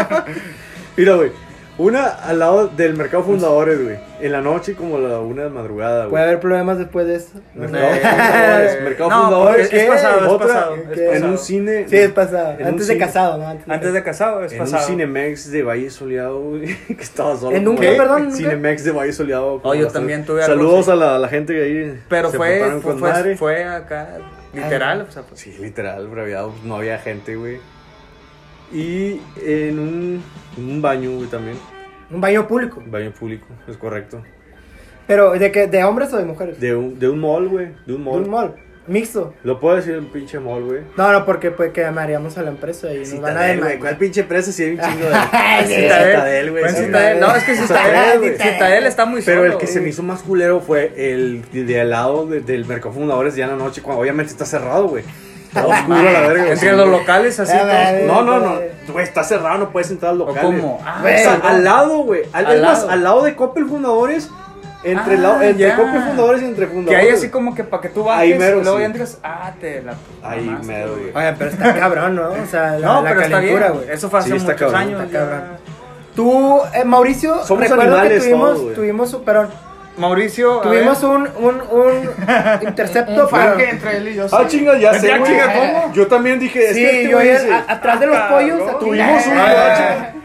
Speaker 4: Mira, güey. Una al lado del mercado fundadores, güey. En la noche, como a la una de la madrugada,
Speaker 1: Puede
Speaker 4: güey.
Speaker 1: haber problemas después de esto.
Speaker 4: Mercado
Speaker 2: Eh,
Speaker 4: fundadores. Mercado
Speaker 2: no,
Speaker 4: fundadores.
Speaker 2: porque es pasado, es
Speaker 4: Otra,
Speaker 2: pasado, es
Speaker 4: En
Speaker 2: pasado.
Speaker 4: un cine.
Speaker 1: Sí, es pasado.
Speaker 4: En un
Speaker 1: Antes de
Speaker 4: cine-
Speaker 1: casado, ¿no? Antes de-
Speaker 2: Antes de casado, es
Speaker 4: En
Speaker 2: pasado.
Speaker 4: un Cinemex de Valle Soleado, güey, que estaba solo.
Speaker 1: ¿En un
Speaker 4: güey.
Speaker 1: qué, perdón? ¿Un qué?
Speaker 4: Cinemex de Valle Soleado.
Speaker 2: Oh, yo
Speaker 4: como
Speaker 2: también
Speaker 4: las-
Speaker 2: tuve algo
Speaker 4: Saludos
Speaker 2: así.
Speaker 4: a la, a la gente que ahí.
Speaker 2: Pero
Speaker 4: se
Speaker 2: fue,
Speaker 4: portaron
Speaker 2: fue,
Speaker 4: con madre.
Speaker 2: fue, fue acá, literal. o sea, pues,
Speaker 4: Sí, literal, braviado, no había gente, güey. Y en un, en un baño, güey, también.
Speaker 1: Un baño público.
Speaker 4: Un baño público, es correcto.
Speaker 1: Pero, ¿de qué? ¿De hombres o de mujeres?
Speaker 4: De un, de un mall, güey. De un
Speaker 1: De
Speaker 4: mall.
Speaker 1: un mall. Mixto.
Speaker 4: Lo puedo decir un pinche mall, güey.
Speaker 1: No, no, porque pues que llamaríamos a la empresa y nos van a
Speaker 4: güey.
Speaker 1: demandar.
Speaker 4: ¿Cuál pinche presa si hay un chingo de. Ah,
Speaker 1: Ay,
Speaker 4: Sí,
Speaker 1: sí.
Speaker 4: Citadel, güey.
Speaker 2: Fue en
Speaker 4: sí.
Speaker 2: Citadel. No, es que
Speaker 4: O sea,
Speaker 2: Citadel,
Speaker 4: güey.
Speaker 2: Citadel está muy
Speaker 4: Pero
Speaker 2: solo.
Speaker 4: el que se me hizo más culero fue el de, de al lado de- del mercado fundadores ya en la noche, cuando obviamente está cerrado, güey. Está oscuro a la verga. güey.
Speaker 2: Entre Ah, los locales así.
Speaker 1: Ah,
Speaker 2: todos-
Speaker 4: No, no, no. Güey, está cerrado, no puedes entrar al
Speaker 2: ¿O
Speaker 4: local.
Speaker 2: cómo? Ah,
Speaker 4: O sea,
Speaker 1: Güey.
Speaker 4: al lado, güey. Al,
Speaker 2: Al
Speaker 4: es más,
Speaker 2: lado.
Speaker 4: al lado de Coppel Fundadores. Entre,
Speaker 2: Ah,
Speaker 4: el lado- entre
Speaker 2: ya.
Speaker 4: Coppel Fundadores y entre
Speaker 2: que
Speaker 4: Fundadores.
Speaker 2: hay así como que para que tú bajes
Speaker 4: Ahí mero,
Speaker 2: y luego
Speaker 4: sí.
Speaker 2: entras. Ah, te la.
Speaker 4: Ahí
Speaker 2: mamaste,
Speaker 4: mero, güey.
Speaker 1: Oye, pero está cabrón, ¿no? O sea, la,
Speaker 2: No,
Speaker 1: la
Speaker 2: pero está
Speaker 1: calentura,
Speaker 2: bien.
Speaker 1: güey.
Speaker 2: Eso fue hace
Speaker 4: Sí, está
Speaker 2: muchos
Speaker 4: cabrón.
Speaker 2: años.
Speaker 1: Está
Speaker 2: ya.
Speaker 1: cabrón. Tú, eh, Mauricio,
Speaker 4: Somos
Speaker 1: recuerdo
Speaker 4: animales
Speaker 1: que tuvimos,
Speaker 4: todos, güey.
Speaker 1: tuvimos, un- perdón,
Speaker 2: Mauricio. a
Speaker 1: tuvimos
Speaker 2: ver.
Speaker 1: un, un, un intercepto para...
Speaker 3: que entre él y yo.
Speaker 4: Ah,
Speaker 3: sí.
Speaker 4: chinga, ya sé.
Speaker 2: Ya,
Speaker 4: güey.
Speaker 2: chinga, ¿cómo?
Speaker 4: Yo también dije. es
Speaker 1: Sí,
Speaker 4: que este
Speaker 1: yo
Speaker 4: güey
Speaker 1: ayer,
Speaker 4: dice,
Speaker 1: a- atrás de
Speaker 3: "Ah,
Speaker 1: los pollos... aquí-
Speaker 4: Tuvimos un
Speaker 2: Ah,
Speaker 4: guacho.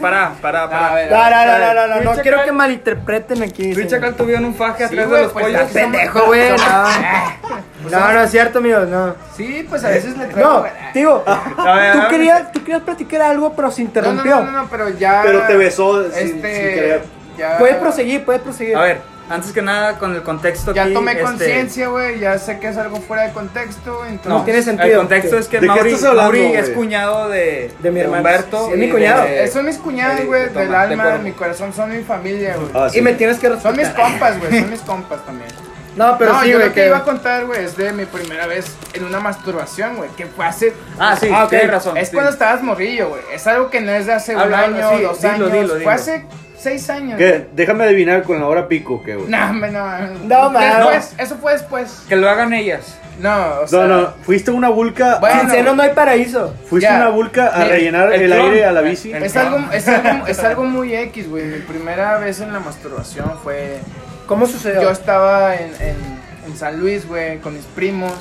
Speaker 2: Pará, pará,
Speaker 3: A
Speaker 2: pará.
Speaker 3: ver,
Speaker 1: No, no, no, no, no, no,
Speaker 2: Luis
Speaker 1: no,
Speaker 2: Chacal-
Speaker 1: quiero que malinterpreten aquí. sí.
Speaker 2: Luis Chacal tuvieron un faje
Speaker 3: Sí,
Speaker 2: atrás de
Speaker 3: güey,
Speaker 2: los
Speaker 3: pues,
Speaker 2: pollos.
Speaker 3: está
Speaker 1: Pendejo, güey, no. No, no es cierto, amigos, no.
Speaker 3: Sí, pues a veces le traigo.
Speaker 1: No, digo,
Speaker 2: ver, a
Speaker 1: tú
Speaker 2: ver.
Speaker 1: querías, tú querías platicar algo, pero se
Speaker 3: No, no, no,
Speaker 1: interrumpió.
Speaker 3: no, no, pero ya.
Speaker 4: Pero
Speaker 2: ah,
Speaker 4: te besó sin, sin
Speaker 3: Este.
Speaker 4: querer.
Speaker 3: ya-
Speaker 1: Puedes proseguir, puedes proseguir.
Speaker 2: A ver, antes que nada, con el contexto
Speaker 3: Ya
Speaker 2: aquí,
Speaker 3: tomé
Speaker 2: este,
Speaker 3: conciencia, güey. Ya sé que es algo fuera de contexto. Entonces,
Speaker 1: No tiene
Speaker 2: El
Speaker 1: sentido.
Speaker 2: contexto es que
Speaker 4: ¿De qué
Speaker 2: Mauri,
Speaker 4: estás hablando,
Speaker 2: Mauri es
Speaker 4: güey?
Speaker 2: cuñado de,
Speaker 1: De mi hermano.
Speaker 2: Humberto.
Speaker 1: Sí, es mi
Speaker 2: y de-
Speaker 1: cuñado.
Speaker 2: de-
Speaker 3: son mis cuñados,
Speaker 2: de-
Speaker 3: güey,
Speaker 2: de
Speaker 3: del
Speaker 2: Toma, de
Speaker 3: alma, de
Speaker 2: acuerdo.
Speaker 3: mi corazón, son mi familia, güey.
Speaker 4: Ah,
Speaker 1: Y
Speaker 4: sí.
Speaker 1: me tienes que
Speaker 3: Son mis
Speaker 1: respetar.
Speaker 3: compas, güey, son mis compas también.
Speaker 1: No, pero
Speaker 3: no,
Speaker 1: sí,
Speaker 3: yo
Speaker 1: güey.
Speaker 3: lo que iba a contar, güey, es de mi primera vez en una masturbación, güey, que fue hace...
Speaker 2: Ah, sí,
Speaker 1: Ah, ok.
Speaker 2: tienes razón.
Speaker 3: es
Speaker 2: sí.
Speaker 3: cuando estabas morrillo, güey, es algo que no es de hace
Speaker 2: Habla,
Speaker 3: un
Speaker 2: habla,
Speaker 3: año,
Speaker 2: sí,
Speaker 3: dos
Speaker 2: dilo,
Speaker 3: años,
Speaker 2: dilo, dilo.
Speaker 3: fue hace seis años.
Speaker 4: ¿Qué? Déjame adivinar con la hora pico, ¿qué, güey?
Speaker 3: No, hombre, no.
Speaker 1: No, mames.
Speaker 3: Después, Eso fue después.
Speaker 2: Que lo hagan ellas.
Speaker 3: No, o sea...
Speaker 4: No, no, fuiste una vulca.
Speaker 3: Bueno,
Speaker 1: Sin seno no hay paraíso.
Speaker 4: fuiste
Speaker 3: ya.
Speaker 4: una vulca a
Speaker 2: Mira,
Speaker 4: rellenar
Speaker 2: el
Speaker 4: el,
Speaker 2: clon.
Speaker 4: aire a la bici.
Speaker 2: El-
Speaker 3: Es algo, es, algo, es algo muy X, güey. Mi primera vez en la masturbación fue
Speaker 1: ¿Cómo
Speaker 3: Yo
Speaker 1: sucedió?
Speaker 3: estaba en, en- en San Luis, güey, con mis primos.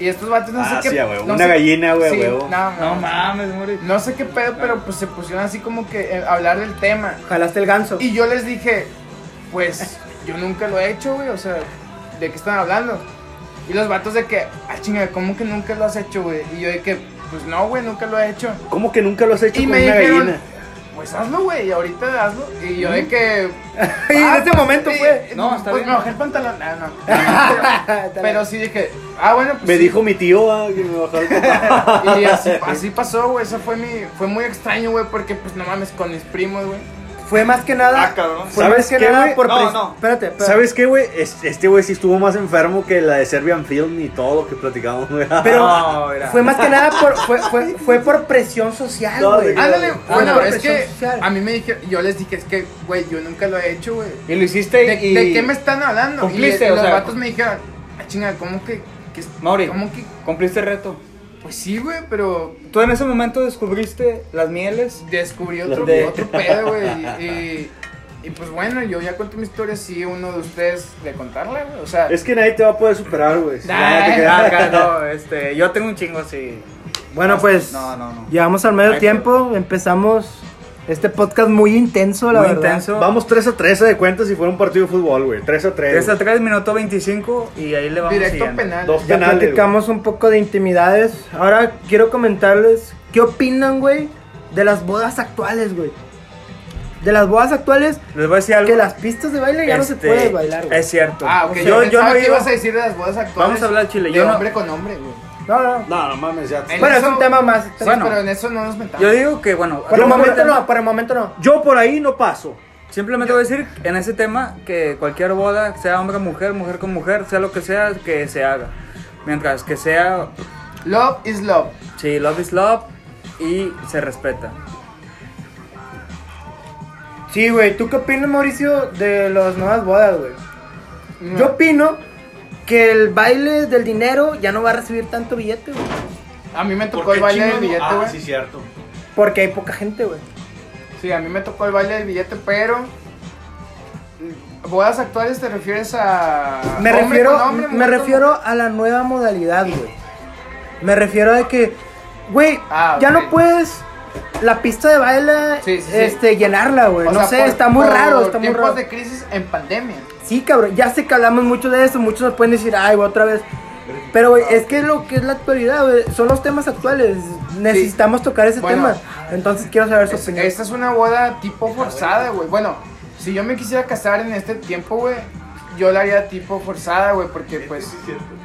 Speaker 3: Y estos vatos no
Speaker 4: Ah,
Speaker 3: sé
Speaker 4: sí,
Speaker 3: qué.
Speaker 4: a huevo.
Speaker 3: no
Speaker 4: Una
Speaker 3: sé-
Speaker 4: gallina, güey, a
Speaker 3: sí,
Speaker 4: huevo.
Speaker 3: No,
Speaker 2: No
Speaker 3: no,
Speaker 2: mames, Mauri.
Speaker 3: no sé qué pedo, pero pues se pusieron así como que eh, a hablar del tema.
Speaker 1: Jalaste el ganso.
Speaker 3: Y yo les dije, pues yo nunca lo he hecho, güey, o sea, ¿de qué están hablando? Y los vatos de que, ah, chinga, ¿cómo que nunca lo has hecho, güey? Y yo de que, pues no, güey, nunca lo he hecho.
Speaker 4: ¿Cómo que nunca lo has hecho
Speaker 3: Y
Speaker 4: con
Speaker 3: me
Speaker 4: una
Speaker 3: dijeron,
Speaker 4: gallina?
Speaker 3: pues hazlo, güey, ahorita hazlo. Y yo de que.
Speaker 1: Y en ese momento
Speaker 3: fue.
Speaker 1: fue.
Speaker 2: No,
Speaker 3: No,
Speaker 2: está
Speaker 3: pues
Speaker 2: bien.
Speaker 3: me bajé el pantalón. Ah, no. Pero sí dije, ah, bueno, pues.
Speaker 4: Me
Speaker 3: sí.
Speaker 4: dijo mi tío ah, que me bajó el
Speaker 3: Y así, así pasó, güey. Eso fue mi. Fue muy extraño, güey, porque, pues, no mames, con mis primos, güey.
Speaker 1: Fue más que nada.
Speaker 2: Ah, cabrón.
Speaker 1: Fue
Speaker 4: ¿Sabes
Speaker 1: más que
Speaker 4: qué,
Speaker 1: nada
Speaker 4: güey?
Speaker 1: por.
Speaker 2: No,
Speaker 1: pres-
Speaker 2: no.
Speaker 1: Espérate, espérate.
Speaker 4: ¿Sabes qué, güey? Es- Este güey sí estuvo más enfermo que la de Serbian Film y todo lo que platicamos, güey.
Speaker 1: Pero
Speaker 2: No, era.
Speaker 1: fue más que nada por. Fue, fue, fue por presión social,
Speaker 4: No,
Speaker 1: güey.
Speaker 4: de-
Speaker 3: Ándale,
Speaker 4: Ah,
Speaker 3: bueno,
Speaker 1: no,
Speaker 3: es que
Speaker 1: presión social.
Speaker 3: a mí me dije, yo les dije, es que, güey, yo nunca lo he hecho, güey.
Speaker 2: Y lo hiciste
Speaker 3: ¿De,
Speaker 2: y...
Speaker 3: de qué me están hablando?
Speaker 2: cumpliste,
Speaker 3: y, y
Speaker 2: o
Speaker 3: los
Speaker 2: sea,
Speaker 3: vatos me dijeron, ah, chinga, ¿cómo que.? que es-
Speaker 2: Mauri.
Speaker 3: ¿Cómo que.?
Speaker 2: Cumpliste el reto.
Speaker 3: Pues sí, güey, pero
Speaker 2: Tú en ese momento descubriste las mieles.
Speaker 3: descubrí otro,
Speaker 4: De-
Speaker 3: otro pedo, güey. Y, y pues bueno, yo ya conté mi historia, si uno de ustedes de contarla, güey. O sea,
Speaker 4: Es que nadie te va a poder superar, güey. Si
Speaker 2: Ah,
Speaker 4: no, te quedas-
Speaker 2: acá, no, este, yo tengo un chingo así.
Speaker 1: Bueno, pues.
Speaker 2: No, no, no.
Speaker 1: Llegamos al medio
Speaker 2: Ay,
Speaker 1: tiempo. Empezamos Este podcast muy intenso, la
Speaker 2: Muy
Speaker 1: verdad.
Speaker 2: intenso.
Speaker 5: Vamos 3 a 3 de cuentas si fuera un partido de fútbol, güey. 3 a 3.
Speaker 2: 3 a 3, minuto 25 y ahí le vamos
Speaker 3: Directo
Speaker 2: siguiendo.
Speaker 3: penal.
Speaker 5: Dos
Speaker 1: Ya
Speaker 5: penales. güey.
Speaker 1: platicamos un poco de intimidades. Ahora quiero comentarles qué opinan, güey, de las bodas actuales, güey. De las bodas actuales,
Speaker 2: Les voy a decir algo.
Speaker 1: que las pistas de baile ya no se
Speaker 2: Este,
Speaker 1: puede bailar, güey.
Speaker 2: Es cierto.
Speaker 3: Ah, ok. Yo,
Speaker 2: Yo, yo
Speaker 3: pensaba
Speaker 2: no
Speaker 3: que
Speaker 2: iba
Speaker 3: ibas a decir de las bodas actuales.
Speaker 2: Vamos a hablar chile,
Speaker 3: De
Speaker 2: yo no-
Speaker 3: hombre con hombre, güey.
Speaker 1: No, no.
Speaker 5: No, no mames, ya.
Speaker 3: En
Speaker 1: Bueno, es
Speaker 3: eso-
Speaker 1: un tema más.
Speaker 3: Sí,
Speaker 2: Bueno.
Speaker 3: pero en eso no nos mentamos.
Speaker 2: Yo digo que, bueno,
Speaker 1: Por el
Speaker 2: yo
Speaker 1: momento
Speaker 2: simplemente-
Speaker 1: no, por el momento no.
Speaker 5: Yo por ahí no paso.
Speaker 2: Simplemente voy a decir en ese tema que cualquier boda, sea hombre con mujer, mujer con mujer, sea lo que sea, que se haga. Mientras que sea,
Speaker 3: Love is love.
Speaker 2: sí, love is love y se respeta.
Speaker 1: Sí, güey, ¿tú qué opinas, Mauricio, de las nuevas bodas, güey?
Speaker 3: No.
Speaker 1: Yo opino que el baile del dinero ya no va a recibir tanto billete, güey.
Speaker 3: A mí me tocó el baile del billete,
Speaker 2: Ah,
Speaker 3: güey. sí.
Speaker 4: cierto.
Speaker 1: Porque hay poca gente, güey.
Speaker 3: a mí me tocó el baile del billete, pero. mm, ¿Bodas actuales te refieres a.
Speaker 1: Me
Speaker 3: hombre
Speaker 1: refiero,
Speaker 3: con hombre,
Speaker 1: me
Speaker 3: mujer con
Speaker 1: refiero a la nueva modalidad, güey. Me refiero a que, güey,
Speaker 3: Ah,
Speaker 1: ya
Speaker 3: ok.
Speaker 1: no puedes la pista de baile
Speaker 3: Sí, sí, sí.
Speaker 1: este, llenarla, güey.
Speaker 3: mujer? O
Speaker 1: No sé,
Speaker 3: sea, por-
Speaker 1: está muy
Speaker 3: por
Speaker 1: raro, está muy
Speaker 3: tiempos
Speaker 1: raro.
Speaker 3: de crisis en pandemia.
Speaker 1: Sí, cabrón, ya sé que hablamos mucho de eso, muchos nos pueden decir, ay, güey, otra vez. Pero, güey, es que lo que es la actualidad, güey, son los temas actuales. Necesitamos tocar ese
Speaker 3: Bueno.
Speaker 1: tema. Entonces quiero saber su
Speaker 3: Es-
Speaker 1: opinión.
Speaker 3: esta es una boda tipo forzada, güey. Bueno, si yo me quisiera casar en este tiempo, güey, yo la haría tipo forzada, güey, porque pues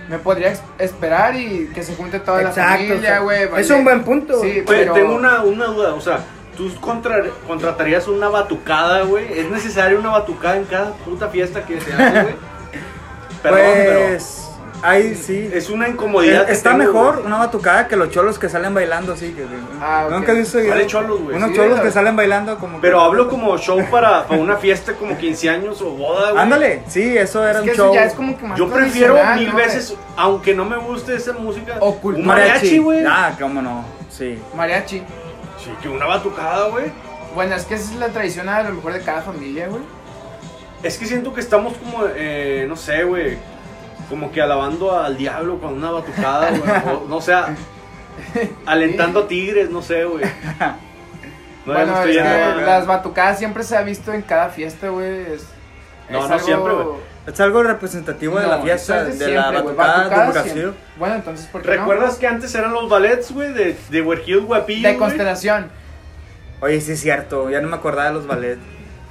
Speaker 3: me podría ex- esperar y que se junte toda la
Speaker 1: Exacto,
Speaker 3: familia,
Speaker 1: exacto.
Speaker 3: güey.
Speaker 1: Es un buen punto.
Speaker 3: Sí,
Speaker 1: Oye,
Speaker 4: Oye,
Speaker 3: pero
Speaker 4: tengo una, una duda, o sea, ¿tú contra- contratarías una batucada, güey? ¿Es necesaria una batucada en cada puta fiesta que se hace, güey? Perdón,
Speaker 2: pues, ahí sí. Eh,
Speaker 4: pero es una incomodidad. que
Speaker 2: Está
Speaker 4: tengo,
Speaker 2: mejor
Speaker 4: güey.
Speaker 2: una batucada que los cholos que salen bailando así. Que,
Speaker 3: Ah, ok.
Speaker 2: Nunca he visto
Speaker 4: ¿Cuáles cholos, güey?
Speaker 2: Unos
Speaker 3: Sí,
Speaker 2: cholos
Speaker 3: güey.
Speaker 2: que salen bailando como. que-
Speaker 4: Pero hablo como show para, para una fiesta como 15 años o boda, güey.
Speaker 2: Ándale, sí, eso era
Speaker 3: Es que
Speaker 2: un
Speaker 3: eso
Speaker 2: show.
Speaker 3: ya es como que más
Speaker 4: Yo prefiero
Speaker 3: tradicional,
Speaker 4: mil
Speaker 3: ¿no, güey?
Speaker 4: veces, aunque no me guste esa música,
Speaker 3: O cult-
Speaker 4: un mariachi, güey.
Speaker 2: Ah, cómo no. Sí.
Speaker 3: Mariachi.
Speaker 4: Sí, que una batucada, güey.
Speaker 3: Bueno, es que esa es la tradición a lo mejor de cada familia, güey.
Speaker 4: Es que siento que estamos como, eh, no sé, güey. Como que alabando al diablo con una batucada, güey. o- No, o sea, alentando a tigres, no sé, güey. No, ya me
Speaker 3: bueno,
Speaker 4: estoy
Speaker 3: es
Speaker 4: yendo,
Speaker 3: que
Speaker 4: güey.
Speaker 3: las batucadas siempre se ha visto en cada fiesta, güey. Es,
Speaker 4: No,
Speaker 3: es
Speaker 4: no siempre, güey.
Speaker 2: Es algo representativo de la
Speaker 3: No,
Speaker 2: fiesta,
Speaker 3: eso
Speaker 2: de
Speaker 3: es
Speaker 2: la
Speaker 3: siempre, güey.
Speaker 2: batucada, de
Speaker 3: Batucadas
Speaker 2: Brasil.
Speaker 3: siempre. Bueno, entonces, ¿por qué no?
Speaker 4: ¿Recuerdas que antes eran los ballets, güey? De, de Guerjido Guapillo,
Speaker 3: De
Speaker 4: güey?
Speaker 3: constelación.
Speaker 2: Oye, sí es cierto, ya no me acordaba de los ballet.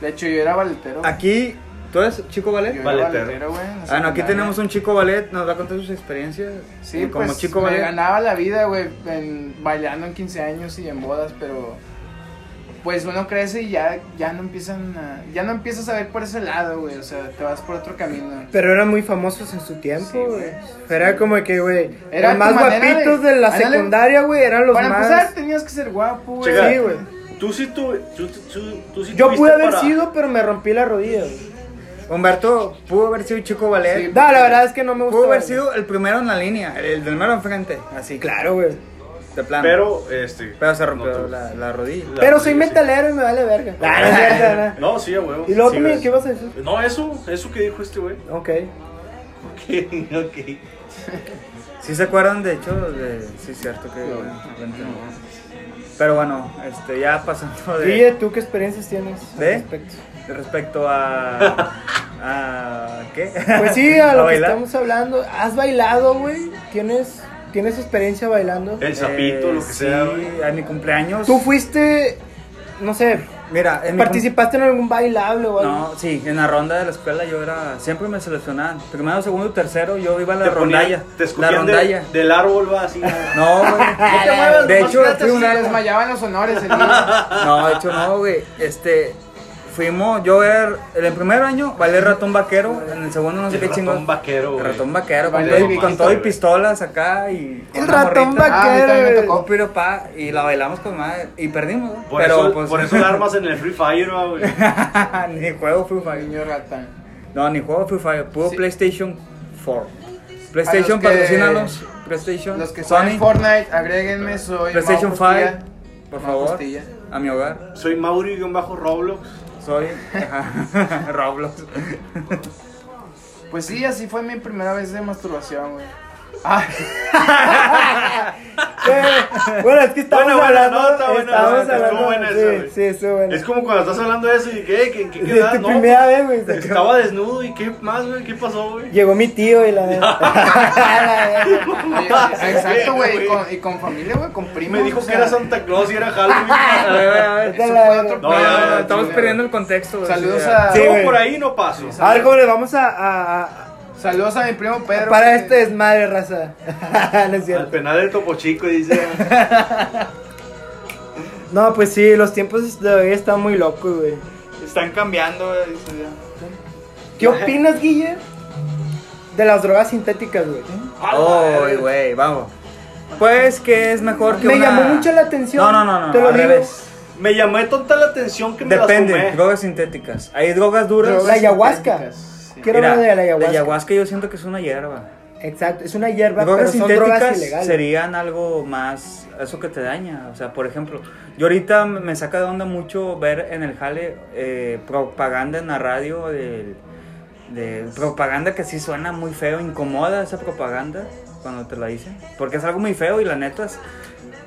Speaker 3: De hecho, yo era balletero.
Speaker 2: Aquí, ¿tú eres chico
Speaker 3: Yo
Speaker 2: ballet?
Speaker 3: era
Speaker 4: Balletero.
Speaker 3: balletero, güey. en la
Speaker 2: Bueno, aquí
Speaker 3: secundaria.
Speaker 2: tenemos un chico ballet, nos va a contar sus experiencias.
Speaker 3: Sí,
Speaker 2: eh, como
Speaker 3: pues,
Speaker 2: chico
Speaker 3: me
Speaker 2: ballet.
Speaker 3: ganaba la vida, güey, en- bailando en 15 años y en bodas, pero pues uno crece y ya, ya no empiezan a, ya no empiezas a ver por ese lado, güey, o sea, te vas por otro camino.
Speaker 1: Pero eran muy famosos en su tiempo,
Speaker 3: Sí,
Speaker 1: güey.
Speaker 3: güey.
Speaker 1: Era como que, güey,
Speaker 3: Era
Speaker 1: los más
Speaker 3: tu manera
Speaker 1: guapitos de,
Speaker 3: de-
Speaker 1: la
Speaker 3: ándale.
Speaker 1: secundaria, güey, eran los
Speaker 3: Para
Speaker 1: más...
Speaker 3: empezar tenías que ser guapo, güey.
Speaker 4: Checa.
Speaker 1: Sí, güey.
Speaker 4: Tú sí, tú, tú, tú- tú sí
Speaker 1: Yo
Speaker 4: tuviste
Speaker 1: pude haber
Speaker 4: para-
Speaker 1: sido, pero me rompí la rodilla, güey.
Speaker 2: Humberto pudo haber sido chico ballet.
Speaker 3: Sí,
Speaker 1: No, la verdad es que no me gustó.
Speaker 2: Pudo haber
Speaker 1: güey.
Speaker 2: sido el primero en la línea, el del mero enfrente, así.
Speaker 1: Claro, güey.
Speaker 2: De plano.
Speaker 4: Pero, este...
Speaker 2: Pero se rompió
Speaker 4: no, tú-
Speaker 2: la, la rodilla. Ah,
Speaker 4: la
Speaker 1: Pero soy
Speaker 4: rodilla, sí.
Speaker 1: metalero y me vale verga. Ah, No, no es cierto, no.
Speaker 4: No, sí, a huevo.
Speaker 1: Y luego
Speaker 4: Sí,
Speaker 1: tú me-
Speaker 4: güey.
Speaker 1: ¿qué vas a decir?
Speaker 4: No, eso, eso que dijo este güey.
Speaker 1: Ok.
Speaker 4: Ok, ok.
Speaker 2: Sí se acuerdan, de hecho, de... sí es cierto que... Pero bueno, este, ya pasando de...
Speaker 1: Guille, ¿tú qué experiencias tienes al
Speaker 2: ¿De?
Speaker 1: respecto?
Speaker 2: Respecto a... a ¿Qué?
Speaker 1: Pues sí, a lo que
Speaker 2: bailar.
Speaker 1: estamos hablando. ¿Has bailado, güey? ¿Tienes, ¿Tienes experiencia bailando?
Speaker 4: El sapito,
Speaker 2: Eh,
Speaker 4: lo que
Speaker 2: sí,
Speaker 4: sea. güey.
Speaker 2: a mi cumpleaños.
Speaker 1: ¿Tú fuiste, no sé,
Speaker 2: Mira, en mi
Speaker 1: participaste en algún bailable o
Speaker 2: cum-
Speaker 1: algo?
Speaker 2: No, sí, en la ronda de la escuela yo era... Siempre me seleccionaban. Primero, segundo, tercero, yo iba a la
Speaker 4: Te ponían-
Speaker 2: rondalla. la
Speaker 4: Te escupían
Speaker 2: rondalla.
Speaker 4: De, del árbol, va así. güey.
Speaker 2: No, güey.
Speaker 1: Ah,
Speaker 4: te muevas,
Speaker 2: De
Speaker 4: nomás
Speaker 2: hecho,
Speaker 4: quédate
Speaker 2: fui
Speaker 4: así,
Speaker 2: un
Speaker 3: Se
Speaker 2: año-
Speaker 3: desmayaban los honores el día.
Speaker 2: No, de hecho no, güey. Este, fuimos, yo era- en el primer año bailé ratón vaquero, en el segundo no sé
Speaker 4: El
Speaker 2: qué
Speaker 4: ratón
Speaker 2: chingón.
Speaker 4: vaquero, güey.
Speaker 2: Ratón vaquero, con,
Speaker 3: Bailé
Speaker 2: todo, y-
Speaker 3: viejito,
Speaker 2: con todo y
Speaker 4: güey.
Speaker 2: pistolas acá y... con
Speaker 1: El
Speaker 2: una
Speaker 1: ratón
Speaker 2: morrita.
Speaker 3: Ah, a mí
Speaker 1: vaquero.
Speaker 3: también me
Speaker 1: güey.
Speaker 2: Tocó piro, pa, y la bailamos con madre y perdimos, güey.
Speaker 4: Por,
Speaker 2: Pero
Speaker 4: eso,
Speaker 2: pues
Speaker 4: por eso la armas en el Free Fire, va, güey.
Speaker 2: Ah, ni juego Free Fire.
Speaker 3: Niño rata.
Speaker 2: No, ni juego Free Fire, puro
Speaker 3: Sí.
Speaker 2: PlayStation 4. PlayStation
Speaker 3: que-
Speaker 2: patrocínalos, PlayStation,
Speaker 3: Los que son
Speaker 2: Sony,
Speaker 3: en Fortnite, agréguenme, soy
Speaker 2: PlayStation
Speaker 3: Mau Costilla.
Speaker 2: 5, por
Speaker 3: Mau
Speaker 2: favor,
Speaker 3: Costilla.
Speaker 2: a mi hogar.
Speaker 4: Soy Mauri-Roblox.
Speaker 2: Soy ajá, Roblox.
Speaker 3: Pues sí, así fue mi primera vez de masturbación, güey. Ah,
Speaker 1: Bueno, es que estamos
Speaker 4: Buena, buena
Speaker 1: hablando.
Speaker 4: nota, buena
Speaker 1: estamos
Speaker 4: nota,
Speaker 1: hablando.
Speaker 4: estuvo buena
Speaker 1: sí,
Speaker 4: esa, güey.
Speaker 1: sí, estuvo buena.
Speaker 4: Es como cuando estás hablando de eso y que, "Eh, que, que,
Speaker 1: Sí,
Speaker 4: que
Speaker 1: es
Speaker 4: edad,
Speaker 1: tu
Speaker 4: no,
Speaker 1: este primera vez, güey. se acabó.
Speaker 4: Estaba desnudo y qué más, güey, qué pasó, güey.
Speaker 1: Llegó mi tío y la.
Speaker 3: Oye, Exacto, güey. Y con, y con familia, güey, con primos.
Speaker 4: Me dijo
Speaker 3: o
Speaker 4: que
Speaker 3: sea,
Speaker 4: era Santa Claus y era
Speaker 2: A ver,
Speaker 4: Halloween.
Speaker 2: a ver,
Speaker 3: Eso fue otro
Speaker 4: No,
Speaker 3: pedo,
Speaker 4: ya, ya,
Speaker 3: güey,
Speaker 4: ya,
Speaker 2: Estamos
Speaker 3: sí,
Speaker 2: perdiendo el contexto. güey.
Speaker 3: Saludos
Speaker 2: Sí, ya.
Speaker 3: a.
Speaker 1: Sí,
Speaker 4: Yo
Speaker 1: güey.
Speaker 4: por ahí no paso.
Speaker 1: Algo le vamos a. a- a-
Speaker 3: Saludos a mi primo Pedro.
Speaker 1: para
Speaker 3: que-
Speaker 1: este desmadre, raza. no es
Speaker 4: Al
Speaker 1: cierto.
Speaker 4: penal del Topo Chico y dice.
Speaker 1: No, pues sí, los tiempos de hoy están muy locos, güey.
Speaker 6: Están cambiando, güey. eso ya.
Speaker 1: ¿Qué opinas, Guille? De las drogas sintéticas,
Speaker 2: ¿Eh?
Speaker 1: güey.
Speaker 2: Ay, güey, vamos. Pues que es mejor que
Speaker 1: Me
Speaker 2: una-
Speaker 1: llamó mucho la atención.
Speaker 2: No, no, no, no,
Speaker 1: Te lo
Speaker 2: al
Speaker 1: digo.
Speaker 2: revés.
Speaker 4: Me llamé tonta la atención que me la
Speaker 2: Depende,
Speaker 4: sumé.
Speaker 2: drogas sintéticas. Hay drogas duras.
Speaker 1: La ayahuasca.
Speaker 3: Sí.
Speaker 1: Quiero
Speaker 2: Mira,
Speaker 1: hablar de la
Speaker 2: La
Speaker 1: ayahuasca.
Speaker 2: ayahuasca yo siento que es una hierba.
Speaker 1: Exacto, es una hierba,
Speaker 2: drogas
Speaker 1: pero son drogas
Speaker 2: sintéticas
Speaker 1: ilegales.
Speaker 2: serían algo más eso que te daña o sea por ejemplo yo ahorita me me saca de onda mucho ver en el jale eh, propaganda en la radio del- de, propaganda que sí suena muy feo incomoda esa propaganda cuando te la dicen porque es algo muy feo y la neta es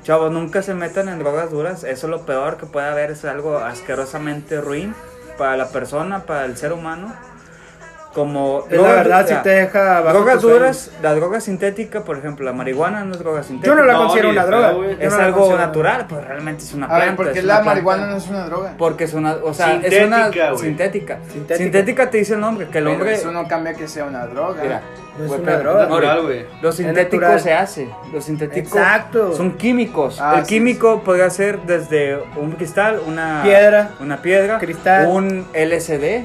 Speaker 2: chavos nunca se metan en drogas duras eso es lo peor que puede haber es algo asquerosamente ruin para la persona para el ser humano como
Speaker 1: Es la
Speaker 2: drogas
Speaker 1: verdad,
Speaker 2: duras-
Speaker 1: si te deja bajo
Speaker 2: Drogas
Speaker 1: tus sueños.
Speaker 2: duras, la droga sintética, por ejemplo, la marihuana no es droga
Speaker 1: Yo
Speaker 2: sintética.
Speaker 1: no la
Speaker 4: No,
Speaker 1: considero
Speaker 4: ni
Speaker 1: una
Speaker 4: de
Speaker 1: droga.
Speaker 4: pedo, güey.
Speaker 1: Yo
Speaker 2: es
Speaker 1: no la
Speaker 2: algo
Speaker 1: considero una
Speaker 2: natural, pues realmente es una
Speaker 3: A
Speaker 2: planta.
Speaker 3: ver, ¿por qué
Speaker 2: es una
Speaker 3: la
Speaker 2: planta.
Speaker 3: marihuana no es una droga?
Speaker 2: Porque es una, o sea, es
Speaker 4: Sintética,
Speaker 2: una
Speaker 4: güey.
Speaker 2: sintética.
Speaker 1: Sintética.
Speaker 2: sintética. te dice el nombre, que el
Speaker 3: Pero
Speaker 2: hombre
Speaker 3: Eso no cambia que sea una droga.
Speaker 2: Mira,
Speaker 1: No es
Speaker 2: güey,
Speaker 1: una
Speaker 2: pero-
Speaker 1: droga.
Speaker 4: Natural, güey.
Speaker 2: Lo sintético
Speaker 1: natural.
Speaker 2: se hace. Lo sintético
Speaker 1: Exacto.
Speaker 2: son químicos.
Speaker 3: Ah,
Speaker 2: el
Speaker 3: sí,
Speaker 2: químico podría ser desde un cristal, una
Speaker 1: Piedra.
Speaker 2: una piedra,
Speaker 1: Cristal.
Speaker 2: un LSD,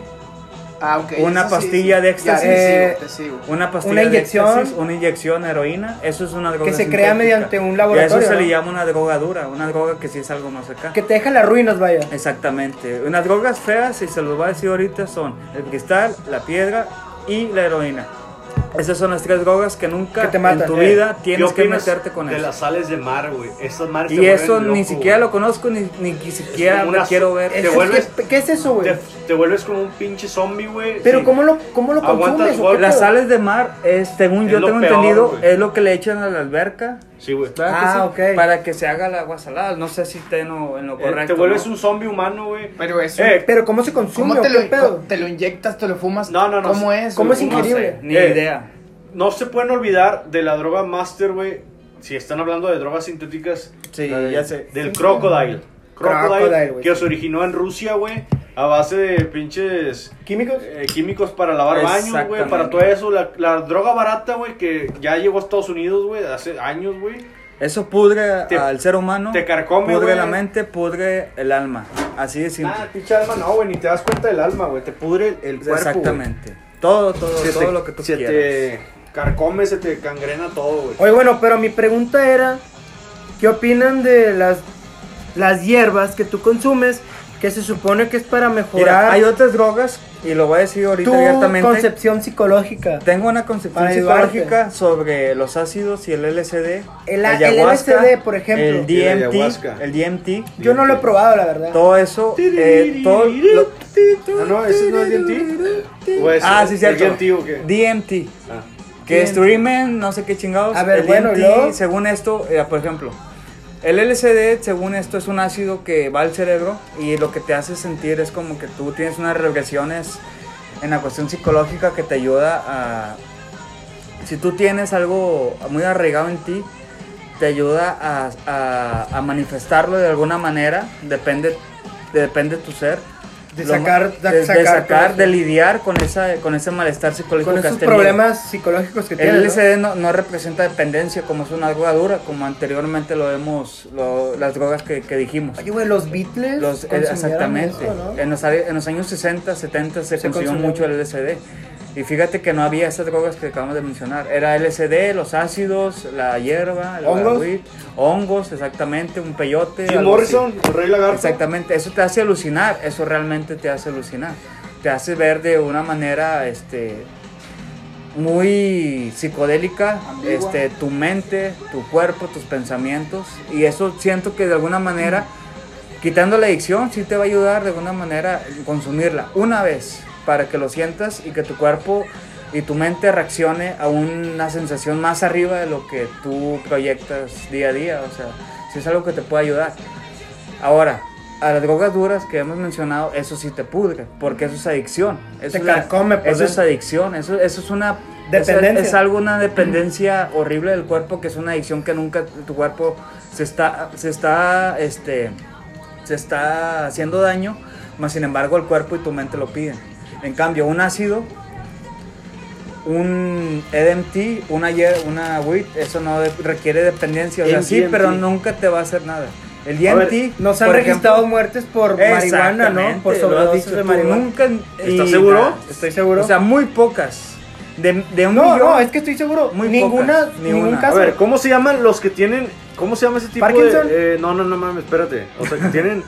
Speaker 3: Ah, ok.
Speaker 2: Una
Speaker 3: eso sí,
Speaker 2: pastilla
Speaker 3: sí.
Speaker 2: de
Speaker 3: Ya,
Speaker 2: éxtasis.
Speaker 1: Eh,
Speaker 3: te sigo, te sigo.
Speaker 2: Una pastilla
Speaker 1: Una
Speaker 2: de
Speaker 1: inyección.
Speaker 2: éxtasis, una inyección, heroína, eso es una droga
Speaker 1: Que se crea
Speaker 2: sintética.
Speaker 1: mediante un
Speaker 2: Y a
Speaker 1: laboratorio,
Speaker 2: eso se
Speaker 1: ¿no?
Speaker 2: le llama una droga dura, una droga que sí es algo más acá.
Speaker 1: Que te deja las ruinas, vaya.
Speaker 2: Exactamente. Unas drogas feas, y se los voy a decir ahorita, son el cristal, la piedra y la heroína. Esas son las tres drogas que nunca
Speaker 1: Que te matan,
Speaker 2: en tu
Speaker 1: eh.
Speaker 2: vida
Speaker 4: ¿Qué
Speaker 2: tienes que
Speaker 4: opinas
Speaker 2: meterte con
Speaker 4: de
Speaker 2: eso.
Speaker 4: las sales de mar, güey. Esas mares
Speaker 2: Y eso ni siquiera lo conozco, ni, ni siquiera
Speaker 4: como
Speaker 2: lo
Speaker 4: una
Speaker 2: quiero
Speaker 4: su-
Speaker 2: ver.
Speaker 4: Te
Speaker 1: Eso es
Speaker 4: vuelves-
Speaker 1: que- ¿Qué es eso, güey?
Speaker 4: Te, te vuelves como un pinche zombie, güey.
Speaker 1: Pero
Speaker 4: Sí.
Speaker 1: ¿cómo lo, cómo lo
Speaker 4: Aguantas
Speaker 1: consumes? o qué
Speaker 4: golpes.
Speaker 2: Las
Speaker 1: pedo?
Speaker 2: sales de mar, es, según
Speaker 4: Es
Speaker 2: yo
Speaker 4: lo
Speaker 2: tengo
Speaker 4: peor,
Speaker 2: entendido,
Speaker 4: güey.
Speaker 2: es lo que le echan a la alberca.
Speaker 4: Sí, güey. Eh,
Speaker 2: Claro que
Speaker 1: Ah,
Speaker 2: sí,
Speaker 1: ok.
Speaker 2: Para que se haga el agua salada. No sé si esté en lo, en lo
Speaker 4: Eh,
Speaker 2: correcto.
Speaker 4: te vuelves
Speaker 2: ¿no?
Speaker 4: un zombie humano, güey.
Speaker 3: Pero eso.
Speaker 4: Eh,
Speaker 1: Pero ¿cómo se consume?
Speaker 3: ¿Cómo
Speaker 1: o
Speaker 3: te
Speaker 1: ¿Qué
Speaker 3: lo,
Speaker 1: pedo?
Speaker 3: te lo inyectas, te lo fumas?
Speaker 4: No, no, no.
Speaker 3: ¿Cómo es?
Speaker 1: ¿Cómo
Speaker 3: güey?
Speaker 1: es ingerible?
Speaker 2: Ni
Speaker 4: Eh,
Speaker 2: idea.
Speaker 4: No se pueden olvidar de la droga Master, güey. Si están hablando de drogas sintéticas.
Speaker 2: Sí,
Speaker 4: la de-
Speaker 2: ya sé.
Speaker 4: Del Crocodile. Crocodile,
Speaker 1: Crocodile, güey,
Speaker 4: que
Speaker 1: sí.
Speaker 4: se originó en Rusia, güey. A base de pinches
Speaker 1: ¿Químicos?
Speaker 4: eh, químicos para lavar baños, güey.
Speaker 2: Exactamente.
Speaker 4: Para todo eso. La, la droga barata, güey, que ya llegó a Estados Unidos, güey, hace años, güey.
Speaker 2: Eso pudre
Speaker 4: Te-
Speaker 2: al ser humano.
Speaker 4: te carcome,
Speaker 2: Pudre
Speaker 4: güey.
Speaker 2: la mente, pudre el alma. Así de simple.
Speaker 4: Ah, pinche alma, no, güey. Ni te das cuenta del alma, güey. Te pudre el, el cuerpo. güey.
Speaker 2: Exactamente. Todo, todo,
Speaker 4: Se
Speaker 2: todo
Speaker 4: te-
Speaker 2: lo que tú
Speaker 4: se
Speaker 2: quieras.
Speaker 4: te carcome, se te cangrena todo, güey.
Speaker 1: Oye, bueno, pero mi pregunta era, ¿qué opinan de las, las hierbas que tú consumes que se supone que es para
Speaker 2: Mira,
Speaker 1: mejorar
Speaker 2: hay otras drogas, y lo voy a decir ahorita
Speaker 1: tu
Speaker 2: abiertamente.
Speaker 1: concepción psicológica?
Speaker 2: Tengo una concepción
Speaker 1: Para ayudarte.
Speaker 2: psicológica sobre los ácidos y el LSD.
Speaker 1: El
Speaker 2: la
Speaker 1: a- el
Speaker 2: ayahuasca,
Speaker 1: LSD, por ejemplo.
Speaker 2: El
Speaker 4: Y la
Speaker 2: DMT.
Speaker 4: ayahuasca.
Speaker 2: El DMT.
Speaker 1: Yo no lo he probado, la verdad.
Speaker 2: Todo eso. eh, todo lo-
Speaker 4: Ah, no, ese no es DMT. ¿O es-
Speaker 2: ah, sí,
Speaker 4: es
Speaker 2: cierto.
Speaker 4: DMT o qué?
Speaker 2: DMT.
Speaker 4: Ah.
Speaker 2: Que
Speaker 1: DMT.
Speaker 2: streamen, no sé qué chingados.
Speaker 1: A ver,
Speaker 2: el
Speaker 1: bueno,
Speaker 2: DMT,
Speaker 1: luego.
Speaker 2: según esto, eh, por ejemplo, el LSD, según esto, es un ácido que va al cerebro y lo que te hace sentir es como que tú tienes unas regresiones en la cuestión psicológica que te ayuda a. Si tú tienes algo muy arraigado en ti, te ayuda a, a- a manifestarlo de alguna manera, depende, depende tu ser.
Speaker 1: De
Speaker 2: Lo ma-
Speaker 1: sacar- de
Speaker 2: de, de
Speaker 1: sacar todo
Speaker 2: sacar,
Speaker 1: eso.
Speaker 2: de lidiar con, esa, con ese malestar psicológico
Speaker 1: con
Speaker 2: que has
Speaker 1: esos
Speaker 2: tenido.
Speaker 1: problemas psicológicos que
Speaker 2: El
Speaker 1: tienes. ¿no?
Speaker 2: LSD no, no representa dependencia como es una droga dura, como anteriormente lo hemos, lo- las drogas que, que dijimos.
Speaker 1: Oye, güey, los Beatles.
Speaker 2: Los- eh,
Speaker 1: consumieron
Speaker 2: exactamente.
Speaker 1: eso, ¿no?
Speaker 2: en, los, are- en los años 60, 70 se,
Speaker 1: Se
Speaker 2: consiguió
Speaker 1: consumía.
Speaker 2: mucho el LSD. Y fíjate que no había esas drogas que acabamos de mencionar. Era LSD, los ácidos, la hierba, el
Speaker 1: ¿Hongos?
Speaker 2: weed, hongos, exactamente, un peyote.
Speaker 4: Jim
Speaker 2: algo así.
Speaker 4: Morrison, el Rey Lagarto.
Speaker 2: Exactamente, eso te hace alucinar, eso realmente te hace alucinar. Te hace ver de una manera este muy psicodélica
Speaker 3: Ambigua.
Speaker 2: este tu mente, tu cuerpo, tus pensamientos y eso siento que de alguna manera quitando la adicción sí te va a ayudar de alguna manera consumirla una vez para que lo sientas y que tu cuerpo y tu mente reaccione a una sensación más arriba de lo que tú proyectas día a día. O sea, si es algo que te puede ayudar. Ahora, a las drogas duras que hemos mencionado, eso sí te pudre, porque eso es adicción. Eso,
Speaker 1: Te
Speaker 2: es la-
Speaker 1: carcome por
Speaker 2: eso
Speaker 1: dentro.
Speaker 2: es adicción, eso, eso es una...
Speaker 1: Dependencia.
Speaker 2: Es, es algo, una dependencia horrible del cuerpo, que es una adicción que nunca tu cuerpo se está, se está, este, se está haciendo daño, más sin embargo el cuerpo y tu mente lo piden. En cambio, un ácido, un E EDMT, una, hier- una weed, eso no de- requiere dependencia, o sea, sí,
Speaker 4: MDMT.
Speaker 2: pero nunca te va a hacer nada. El
Speaker 1: A ver,
Speaker 2: DMT,
Speaker 1: no se han
Speaker 2: por
Speaker 1: registrado
Speaker 2: ejemplo,
Speaker 1: muertes por marihuana, ¿no?
Speaker 2: Exactamente,
Speaker 1: Por
Speaker 2: lo has
Speaker 1: sobredosis
Speaker 2: dicho
Speaker 1: de
Speaker 2: tú,
Speaker 1: marihuana.
Speaker 2: Nunca.
Speaker 4: ¿Estás seguro?
Speaker 1: Estoy seguro.
Speaker 2: O sea, muy pocas. De, de un
Speaker 1: no,
Speaker 2: millón.
Speaker 1: no, es que estoy seguro.
Speaker 2: Muy
Speaker 1: ninguna,
Speaker 2: pocas,
Speaker 1: ningún
Speaker 2: ninguna.
Speaker 4: A
Speaker 1: caso.
Speaker 4: ver, ¿cómo se llaman los que tienen. ¿Cómo se llama ese tipo
Speaker 1: ¿Parkinson?
Speaker 4: de.? eh, no, no, no mames, espérate. O sea, que tienen. eh,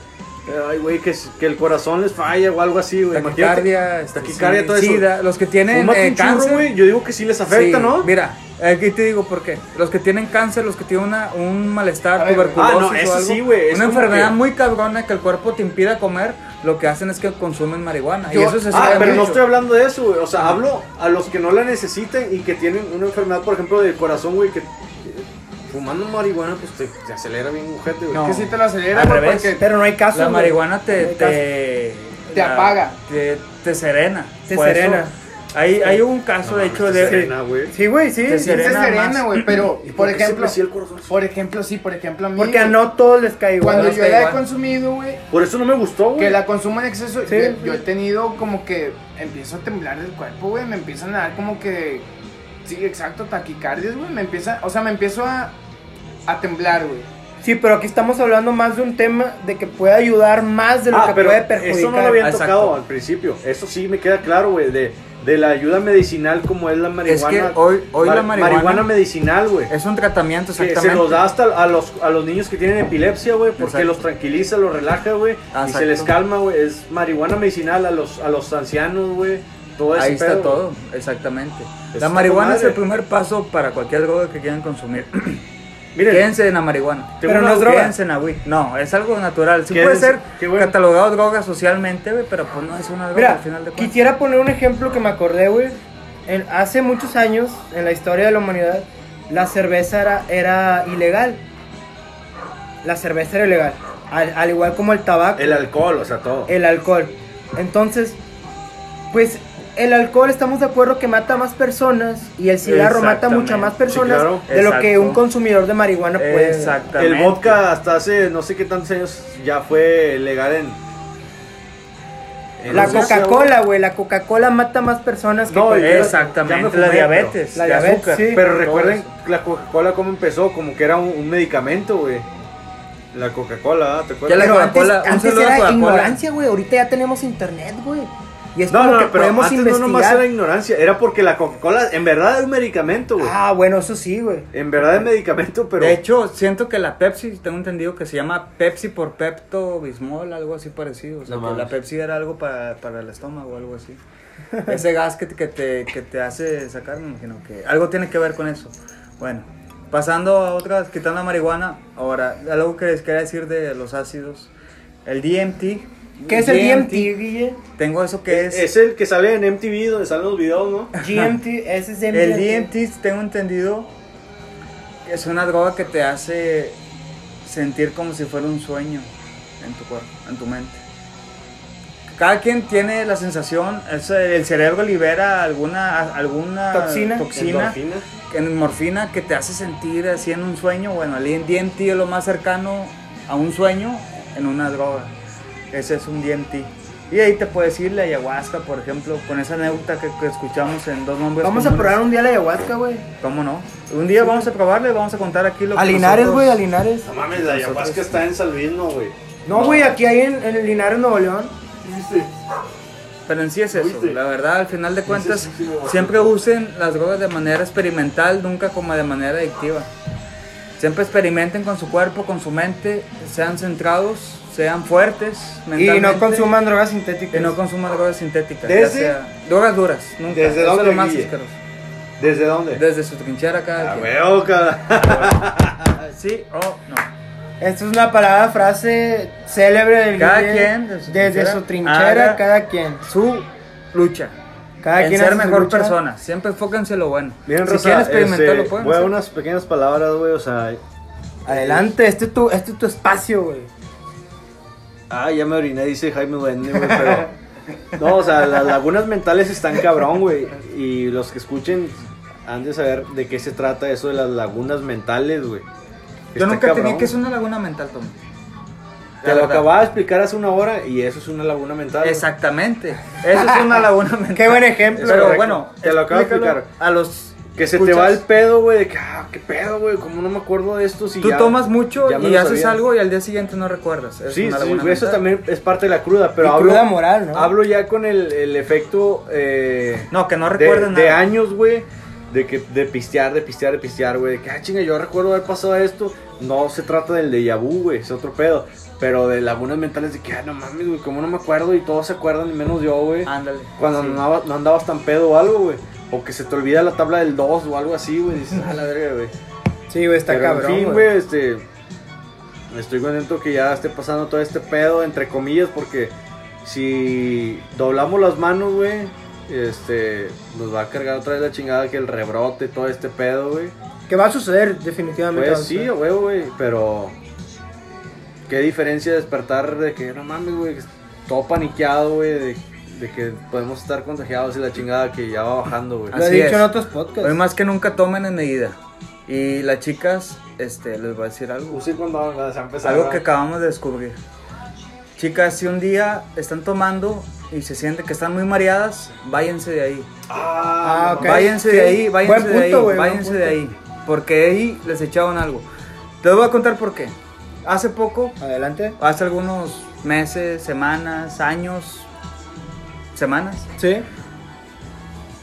Speaker 4: Ay, güey, que, que el corazón les falla o algo así, güey.
Speaker 2: Taquicardia, este,
Speaker 4: Imagínate, taquicardia, todo eso.
Speaker 2: sida, los que tienen
Speaker 4: Fúmate
Speaker 2: eh,
Speaker 4: un churro,
Speaker 2: cáncer.
Speaker 4: güey. Yo digo que sí les afecta,
Speaker 2: Sí,
Speaker 4: ¿no?
Speaker 2: Mira, aquí te digo por qué. Los que tienen cáncer, los que tienen una- un malestar,
Speaker 3: A ver,
Speaker 2: tuberculosis
Speaker 4: ah, no,
Speaker 2: o
Speaker 4: eso
Speaker 2: algo,
Speaker 4: sí, güey, es
Speaker 2: Una
Speaker 4: como
Speaker 2: enfermedad
Speaker 4: que-
Speaker 2: muy cabrona que el cuerpo te impida comer, lo que hacen es que consumen marihuana. y
Speaker 3: Yo-
Speaker 2: eso se
Speaker 4: Ah,
Speaker 2: sabe
Speaker 4: pero no
Speaker 2: mucho.
Speaker 4: estoy hablando de eso, güey. O sea, hablo a los que no la necesiten y que tienen una enfermedad, por ejemplo, de corazón, güey, que eh, fumando marihuana, pues te, te acelera bien un jete, güey.
Speaker 2: No.
Speaker 3: Que si te lo acelera,
Speaker 2: Al
Speaker 3: güey,
Speaker 2: revés.
Speaker 3: porque
Speaker 1: Pero no hay caso.
Speaker 2: La
Speaker 1: güey.
Speaker 2: marihuana te,
Speaker 1: No hay
Speaker 2: te,
Speaker 3: Te
Speaker 2: la-
Speaker 3: apaga.
Speaker 2: Te, te serena.
Speaker 1: Te
Speaker 2: Por eso,
Speaker 1: serena.
Speaker 2: Hay, hay un caso, de hecho, de.
Speaker 4: Serena, güey.
Speaker 1: Sí, güey, sí.
Speaker 2: Te
Speaker 1: sí.
Speaker 3: sí te
Speaker 2: serena
Speaker 3: serena,
Speaker 2: más.
Speaker 3: güey, pero
Speaker 4: ¿Y
Speaker 3: por
Speaker 4: qué siempre
Speaker 3: ejemplo,
Speaker 4: sí el corazón?
Speaker 3: por ejemplo, sí, por ejemplo a mí
Speaker 1: Porque a no todos les cae igual.
Speaker 3: cuando
Speaker 2: Todos
Speaker 3: yo
Speaker 2: te
Speaker 3: la he
Speaker 2: igual.
Speaker 3: consumido, güey,
Speaker 4: Por eso no me gustó, güey.
Speaker 3: que la consumo en exceso,
Speaker 1: Sí,
Speaker 3: yo,
Speaker 1: sí.
Speaker 3: yo he tenido como que empiezo a temblar del cuerpo, güey, me empiezan a dar como que sí, exacto, taquicardias, güey, me empieza, o sea, me empiezo a a temblar, güey.
Speaker 1: Sí, pero aquí estamos hablando más de un tema de que puede ayudar más de lo
Speaker 4: Ah,
Speaker 1: que
Speaker 4: pero
Speaker 1: puede perjudicar.
Speaker 4: Eso no lo habían
Speaker 2: Exacto.
Speaker 4: tocado al principio. Eso sí me queda claro, güey, de, de la ayuda medicinal como es la marihuana.
Speaker 2: que hoy- hoy la marihuana-
Speaker 4: medicinal, güey.
Speaker 2: Es un tratamiento,
Speaker 4: Que
Speaker 2: exactamente.
Speaker 4: se los da hasta a los, a los niños que tienen epilepsia, güey, porque
Speaker 2: Exacto.
Speaker 4: los tranquiliza, los relaja, güey, y
Speaker 2: Exacto.
Speaker 4: se les calma, güey. Es marihuana medicinal a los, a los ancianos, güey. Todo ese
Speaker 2: Ahí está
Speaker 4: pedo.
Speaker 2: todo, exactamente.
Speaker 4: Está
Speaker 2: la marihuana
Speaker 4: con
Speaker 2: es el
Speaker 4: madre.
Speaker 2: primer paso para cualquier droga que quieran consumir.
Speaker 4: Miren,
Speaker 2: Quédense en la marihuana.
Speaker 4: Tengo Pero una-
Speaker 1: no es droga.
Speaker 2: Quédense en la weed. No, es algo natural. Sí puede
Speaker 4: Quédense-
Speaker 2: ser
Speaker 4: qué bueno.
Speaker 2: catalogado droga socialmente, güey, pero pues no es una droga
Speaker 1: Mira,
Speaker 2: al final de cuentas.
Speaker 1: quisiera poner un ejemplo que me acordé, güey. En- hace muchos años, en la historia de la humanidad, la cerveza era, era ilegal. La cerveza era ilegal. Al, al igual como el tabaco, el,
Speaker 4: el alcohol, o sea, todo.
Speaker 1: alcohol. Entonces, pues el alcohol estamos de acuerdo que mata más personas y el cigarro mata
Speaker 2: Exactamente.
Speaker 1: muchas más
Speaker 2: Sí,
Speaker 1: personas
Speaker 4: claro.
Speaker 1: de lo que
Speaker 2: Exacto.
Speaker 1: un consumidor de marihuana puede.
Speaker 2: Exactamente.
Speaker 4: El vodka hasta hace no sé qué tantos años ya fue legal en. en
Speaker 1: La
Speaker 4: Rusia,
Speaker 1: Coca-Cola, güey, la Coca-Cola mata más personas que
Speaker 4: No,
Speaker 1: cualquier-
Speaker 4: pero- ya me
Speaker 2: Exactamente,
Speaker 4: fumé,
Speaker 2: la diabetes.
Speaker 1: La
Speaker 2: de
Speaker 1: diabetes,
Speaker 2: azúcar.
Speaker 1: sí.
Speaker 4: Pero recuerden la Coca-Cola cómo empezó, como que era un, un medicamento, güey. La Coca-Cola, ¿ah? ¿te acuerdas?
Speaker 2: Ya la
Speaker 1: Pero antes,
Speaker 2: Coca-Cola, un
Speaker 1: antes
Speaker 2: saludo a
Speaker 1: era
Speaker 2: Coca-Cola.
Speaker 1: ignorancia, güey. Ahorita ya tenemos internet, güey. Y es
Speaker 4: No,
Speaker 1: como
Speaker 4: no,
Speaker 1: que
Speaker 4: pero
Speaker 1: podemos
Speaker 4: antes no
Speaker 1: investigar.
Speaker 4: nomás era ignorancia, era porque la Coca-Cola en verdad es un medicamento, güey.
Speaker 1: Ah, bueno, eso sí, güey.
Speaker 4: En verdad es medicamento, pero
Speaker 2: De hecho, siento que la Pepsi, tengo entendido que se llama Pepsi por Pepto Bismol, algo así parecido. O sea, que la Pepsi era algo para, para el estómago, algo así. Ese gas que te, que, te, que te hace sacar, me imagino que algo tiene que ver con eso. Bueno, pasando a otras, quitando la marihuana, ahora, algo que les quería decir de los ácidos. El DMT.
Speaker 1: ¿Qué es el DMT, Guille?
Speaker 2: Tengo eso que
Speaker 4: E, es, es el que sale en MTV donde salen los videos, ¿no?
Speaker 1: GMT, ese es DMT.
Speaker 2: El DMT, tengo entendido, que es una droga que te hace sentir como si fuera un sueño en tu cuerpo, en tu mente. Cada quien tiene la sensación, es, eh, el cerebro libera alguna, alguna
Speaker 1: Toxina.
Speaker 2: toxina
Speaker 4: Endorfina.
Speaker 2: en morfina que te hace sentir así en un sueño. Bueno, el DMT es lo más cercano a un sueño en una droga. Ese es un DMT. Y ahí te puedes ir la ayahuasca, por ejemplo, con esa anécdota que, que escuchamos en dos nombres.
Speaker 1: Vamos a
Speaker 2: Comunes.
Speaker 1: probar un día la ayahuasca, güey.
Speaker 2: ¿Cómo no? Un día vamos a probarle, vamos a contar aquí lo que
Speaker 1: A Linares,
Speaker 2: nosotros-
Speaker 1: güey, a Linares.
Speaker 4: No mames, la ayahuasca está en San Luis, no, güey.
Speaker 1: No, güey, aquí hay en, en Linares, Nuevo León.
Speaker 2: Pero en sí es eso, la verdad, al final de cuentas, siempre usen las drogas de manera experimental, nunca como de manera adictiva. Siempre experimenten con su cuerpo, con su mente, sean centrados, sean fuertes
Speaker 1: Y no
Speaker 2: mentalmente,
Speaker 1: consuman drogas
Speaker 2: y
Speaker 1: sintéticas.
Speaker 2: no consuman drogas sintéticas, ya
Speaker 4: Desde-
Speaker 2: sea- drogas duras, nunca.
Speaker 4: ¿Desde
Speaker 2: Eso
Speaker 4: dónde,
Speaker 2: es lo más
Speaker 4: Guille?
Speaker 2: asqueroso.
Speaker 4: ¿Desde dónde?
Speaker 2: Desde su trinchera cada
Speaker 4: La
Speaker 2: quien.
Speaker 4: Ah, huevo, cara.
Speaker 2: Ah, Sí o no.
Speaker 1: Esta es una palabra, frase célebre del
Speaker 2: Cada
Speaker 1: Guille.
Speaker 2: quien de su
Speaker 1: desde
Speaker 2: trinchera
Speaker 1: su trinchera,
Speaker 2: haga-
Speaker 1: cada quien.
Speaker 2: Su lucha.
Speaker 1: Cada
Speaker 2: en
Speaker 1: quien
Speaker 2: ser
Speaker 1: hace su
Speaker 2: mejor
Speaker 1: lucha.
Speaker 2: persona. Siempre enfóquense en lo bueno.
Speaker 4: Miren,
Speaker 2: si
Speaker 4: Rosa,
Speaker 2: quieren experimentar,
Speaker 4: este,
Speaker 2: lo pueden
Speaker 4: voy a
Speaker 2: hacer.
Speaker 4: unas pequeñas palabras, güey, o sea...
Speaker 1: Adelante, este es tu, este es tu espacio, güey.
Speaker 4: Ah, ya me oriné, dice Jaime Duende, güey, pero... No, o sea, las lagunas mentales están cabrón, güey. Y los que escuchen han de saber de qué se trata eso de las lagunas mentales, güey.
Speaker 2: Yo
Speaker 4: Está
Speaker 2: nunca entendí
Speaker 4: cabrón.
Speaker 2: que es una laguna mental, Tom.
Speaker 4: Te lo acababa de explicar hace una hora y eso es una laguna mental. güey.
Speaker 2: Exactamente. Eso es una laguna mental.
Speaker 1: Qué buen ejemplo.
Speaker 2: Pero
Speaker 4: correcto.
Speaker 2: bueno,
Speaker 4: Te lo acabo de
Speaker 2: explícalo
Speaker 4: explicar.
Speaker 2: A los
Speaker 4: Que se te
Speaker 2: escuchas.
Speaker 4: va el pedo, güey, de que, ah, qué pedo, güey, como no me acuerdo de esto. Si
Speaker 2: Tú
Speaker 4: ya-
Speaker 2: tomas mucho
Speaker 4: ya me
Speaker 2: y
Speaker 4: lo
Speaker 2: haces
Speaker 4: sabía.
Speaker 2: algo y al día siguiente no recuerdas. Es
Speaker 4: Sí,
Speaker 2: una
Speaker 4: sí,
Speaker 2: laguna
Speaker 4: güey, eso
Speaker 2: mental.
Speaker 4: también es parte de la cruda, pero
Speaker 1: Y
Speaker 4: hablo,
Speaker 1: cruda moral, ¿no?
Speaker 4: hablo ya con el, el efecto eh,
Speaker 2: No, que no
Speaker 4: de-
Speaker 2: recuerden
Speaker 4: de,
Speaker 2: nada.
Speaker 4: años, güey, de que de pistear, de pistear, de pistear, güey, de que, ah, chinga, yo recuerdo haber pasado esto. No se trata del déjà vu, güey, es otro pedo, pero de lagunas mentales de que, ah, no mames, güey, como no me acuerdo y todos se acuerdan y menos yo, güey.
Speaker 2: Ándale.
Speaker 4: Cuando
Speaker 2: Ah, Sí.
Speaker 4: no, andabas, no andabas tan pedo o algo, güey. O que se te olvida la tabla del 2 o algo así, güey. Dices, ah, la verga, güey.
Speaker 1: Sí, güey, está
Speaker 4: Pero
Speaker 1: cabrón.
Speaker 4: en fin,
Speaker 1: güey.
Speaker 4: güey, este. Estoy contento que ya esté pasando todo este pedo, entre comillas, porque si doblamos las manos, güey, este. Nos va a cargar otra vez la chingada que el rebrote, todo este pedo, güey.
Speaker 1: Que va a suceder, definitivamente. va a
Speaker 4: Pues sí,
Speaker 1: suceder.
Speaker 4: a huevo, güey, pero. ¿Qué diferencia despertar de que no mames, güey? que Todo paniqueado, güey, de, de que podemos estar contagiados y la chingada que ya va bajando, güey.
Speaker 1: Lo he
Speaker 2: Así
Speaker 1: dicho
Speaker 2: es. Pues,
Speaker 1: en otros
Speaker 4: pues.
Speaker 1: podcasts.
Speaker 2: Hoy más que nunca tomen en medida. Y las chicas, este, les voy a decir algo.
Speaker 4: Usé cuando se ha empezado.
Speaker 2: Algo que acabamos de descubrir. Chicas, si un día están tomando y se sienten que están muy mareadas, váyanse de ahí.
Speaker 1: Ah, ok.
Speaker 2: Váyanse
Speaker 1: Sí.
Speaker 2: de ahí, váyanse
Speaker 1: Buen
Speaker 2: de ahí,
Speaker 1: punto, güey, buen
Speaker 2: váyanse
Speaker 1: punto.
Speaker 2: de ahí. Porque ahí les echaban algo. Te voy a contar por qué. Hace poco,
Speaker 1: Adelante.
Speaker 2: hace algunos meses, semanas, años, semanas,
Speaker 1: Sí.